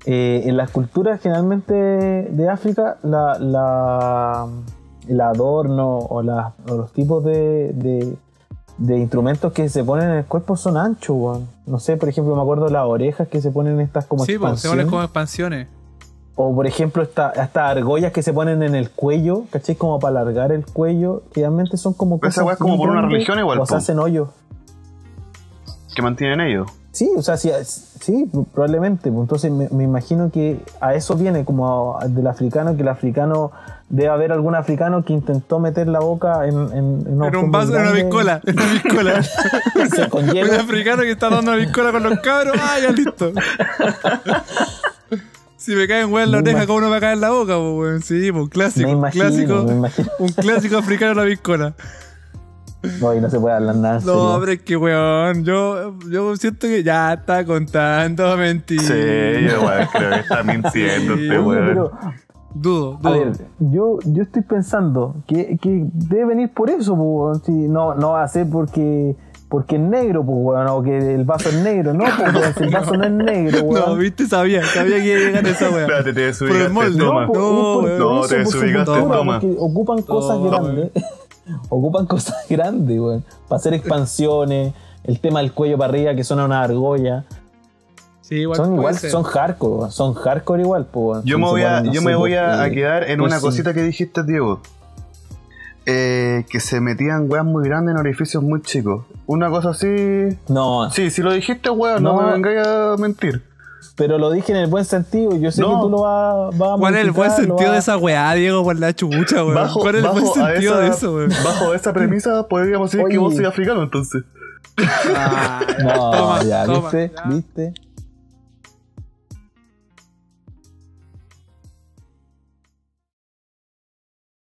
Speaker 3: eh, en las culturas generalmente de África, la, la- el adorno o, las- o los tipos de, de- de instrumentos que se ponen en el cuerpo son anchos, weón. No sé, por ejemplo, me acuerdo las orejas que se ponen estas como
Speaker 1: Sí, pues, se
Speaker 3: expansión.
Speaker 1: ponen como expansiones.
Speaker 3: O por ejemplo, esta- estas argollas que se ponen en el cuello, ¿cachai? Como para alargar el cuello, que realmente son como
Speaker 2: Pero esa weá es como
Speaker 3: muy
Speaker 2: por una
Speaker 3: grandes,
Speaker 2: religión igual,
Speaker 3: O se
Speaker 2: po.
Speaker 3: hacen hoyos.
Speaker 2: Que mantienen ellos.
Speaker 3: Sí, o sea, sí, sí, probablemente. pues, Entonces me, me imagino que a eso viene como a- del africano, que el africano, debe haber algún africano que intentó meter la boca en, en, en una
Speaker 1: En
Speaker 3: cuestión
Speaker 1: un vaso, en una
Speaker 3: grande,
Speaker 1: piscola. En una piscola.
Speaker 3: sí, con hielo.
Speaker 1: Un africano que está dando una piscola con los cabros. Ah, ya listo. Si me caen weón en la
Speaker 3: Me
Speaker 1: oreja,
Speaker 3: imag-
Speaker 1: ¿cómo no me cae en la boca, po, weón? Sí, pues, un clásico.
Speaker 3: Me
Speaker 1: un
Speaker 3: imagino, me
Speaker 1: clásico.
Speaker 3: imagino.
Speaker 1: Un clásico africano en la piscola.
Speaker 3: No, y no se puede hablar nada. en
Speaker 1: No,
Speaker 3: serio.
Speaker 1: hombre, es que weón, yo, yo siento que ya está contando mentiras.
Speaker 2: Sí, yo, weón, creo que está mintiendo
Speaker 1: Sí.
Speaker 2: este
Speaker 3: Oye,
Speaker 2: weón.
Speaker 3: pero,
Speaker 1: Dudo, dudo.
Speaker 3: A ver, yo, yo estoy pensando que, que debe venir por eso, po, weón. Si no, no va a ser porque, porque es negro, po, weón, o que el vaso es negro, no, po, weón, si el vaso no, es negro,
Speaker 1: no,
Speaker 3: weón.
Speaker 1: viste, sabía, sabía que iba a llegar esa weón.
Speaker 2: Espérate, te
Speaker 1: Por
Speaker 2: desubicaste,
Speaker 1: el molde.
Speaker 2: este, toma.
Speaker 3: po, es
Speaker 1: No,
Speaker 3: por
Speaker 1: weón.
Speaker 3: eso,
Speaker 2: No,
Speaker 3: por
Speaker 2: te
Speaker 3: su
Speaker 2: desubicaste,
Speaker 3: cultura,
Speaker 2: toma.
Speaker 3: porque Ocupan cosas
Speaker 1: Toma.
Speaker 3: grandes, ocupan cosas grandes, weón, para hacer expansiones, el tema del cuello para arriba que suena una argolla.
Speaker 1: Sí, igual
Speaker 3: Son
Speaker 1: puede
Speaker 3: igual,
Speaker 1: ser.
Speaker 3: son hardcore, weón, son hardcore igual, po, weón.
Speaker 2: Yo
Speaker 3: Si
Speaker 2: me
Speaker 3: se
Speaker 2: voy a,
Speaker 3: ponen, no
Speaker 2: yo
Speaker 3: sé,
Speaker 2: me voy a,
Speaker 3: eh,
Speaker 2: a quedar en una
Speaker 3: piercing.
Speaker 2: cosita que dijiste, Diego. Eh, que se metían weas muy grandes en orificios muy chicos. Una cosa así.
Speaker 3: No,
Speaker 2: Sí, si lo dijiste, weón, no,
Speaker 3: No.
Speaker 2: me vengáis a mentir.
Speaker 3: Pero lo dije en el buen sentido. Yo sé
Speaker 2: No.
Speaker 3: que tú lo vas, vas a
Speaker 1: ¿Cuál es el buen
Speaker 3: modificar, lo
Speaker 1: sentido
Speaker 3: vas-
Speaker 1: de esa weá, Diego, por la chucha, weón?
Speaker 2: Bajo,
Speaker 1: ¿Cuál es el
Speaker 2: bajo
Speaker 1: buen
Speaker 2: a
Speaker 1: sentido
Speaker 2: esa,
Speaker 1: de eso, weón?
Speaker 2: Bajo esa premisa podríamos decir que
Speaker 3: Oye.
Speaker 2: vos sois africano, entonces.
Speaker 1: Ah,
Speaker 3: No,
Speaker 1: toma,
Speaker 3: ya,
Speaker 1: toma,
Speaker 3: ¿viste?
Speaker 1: ya.
Speaker 3: ¿Viste?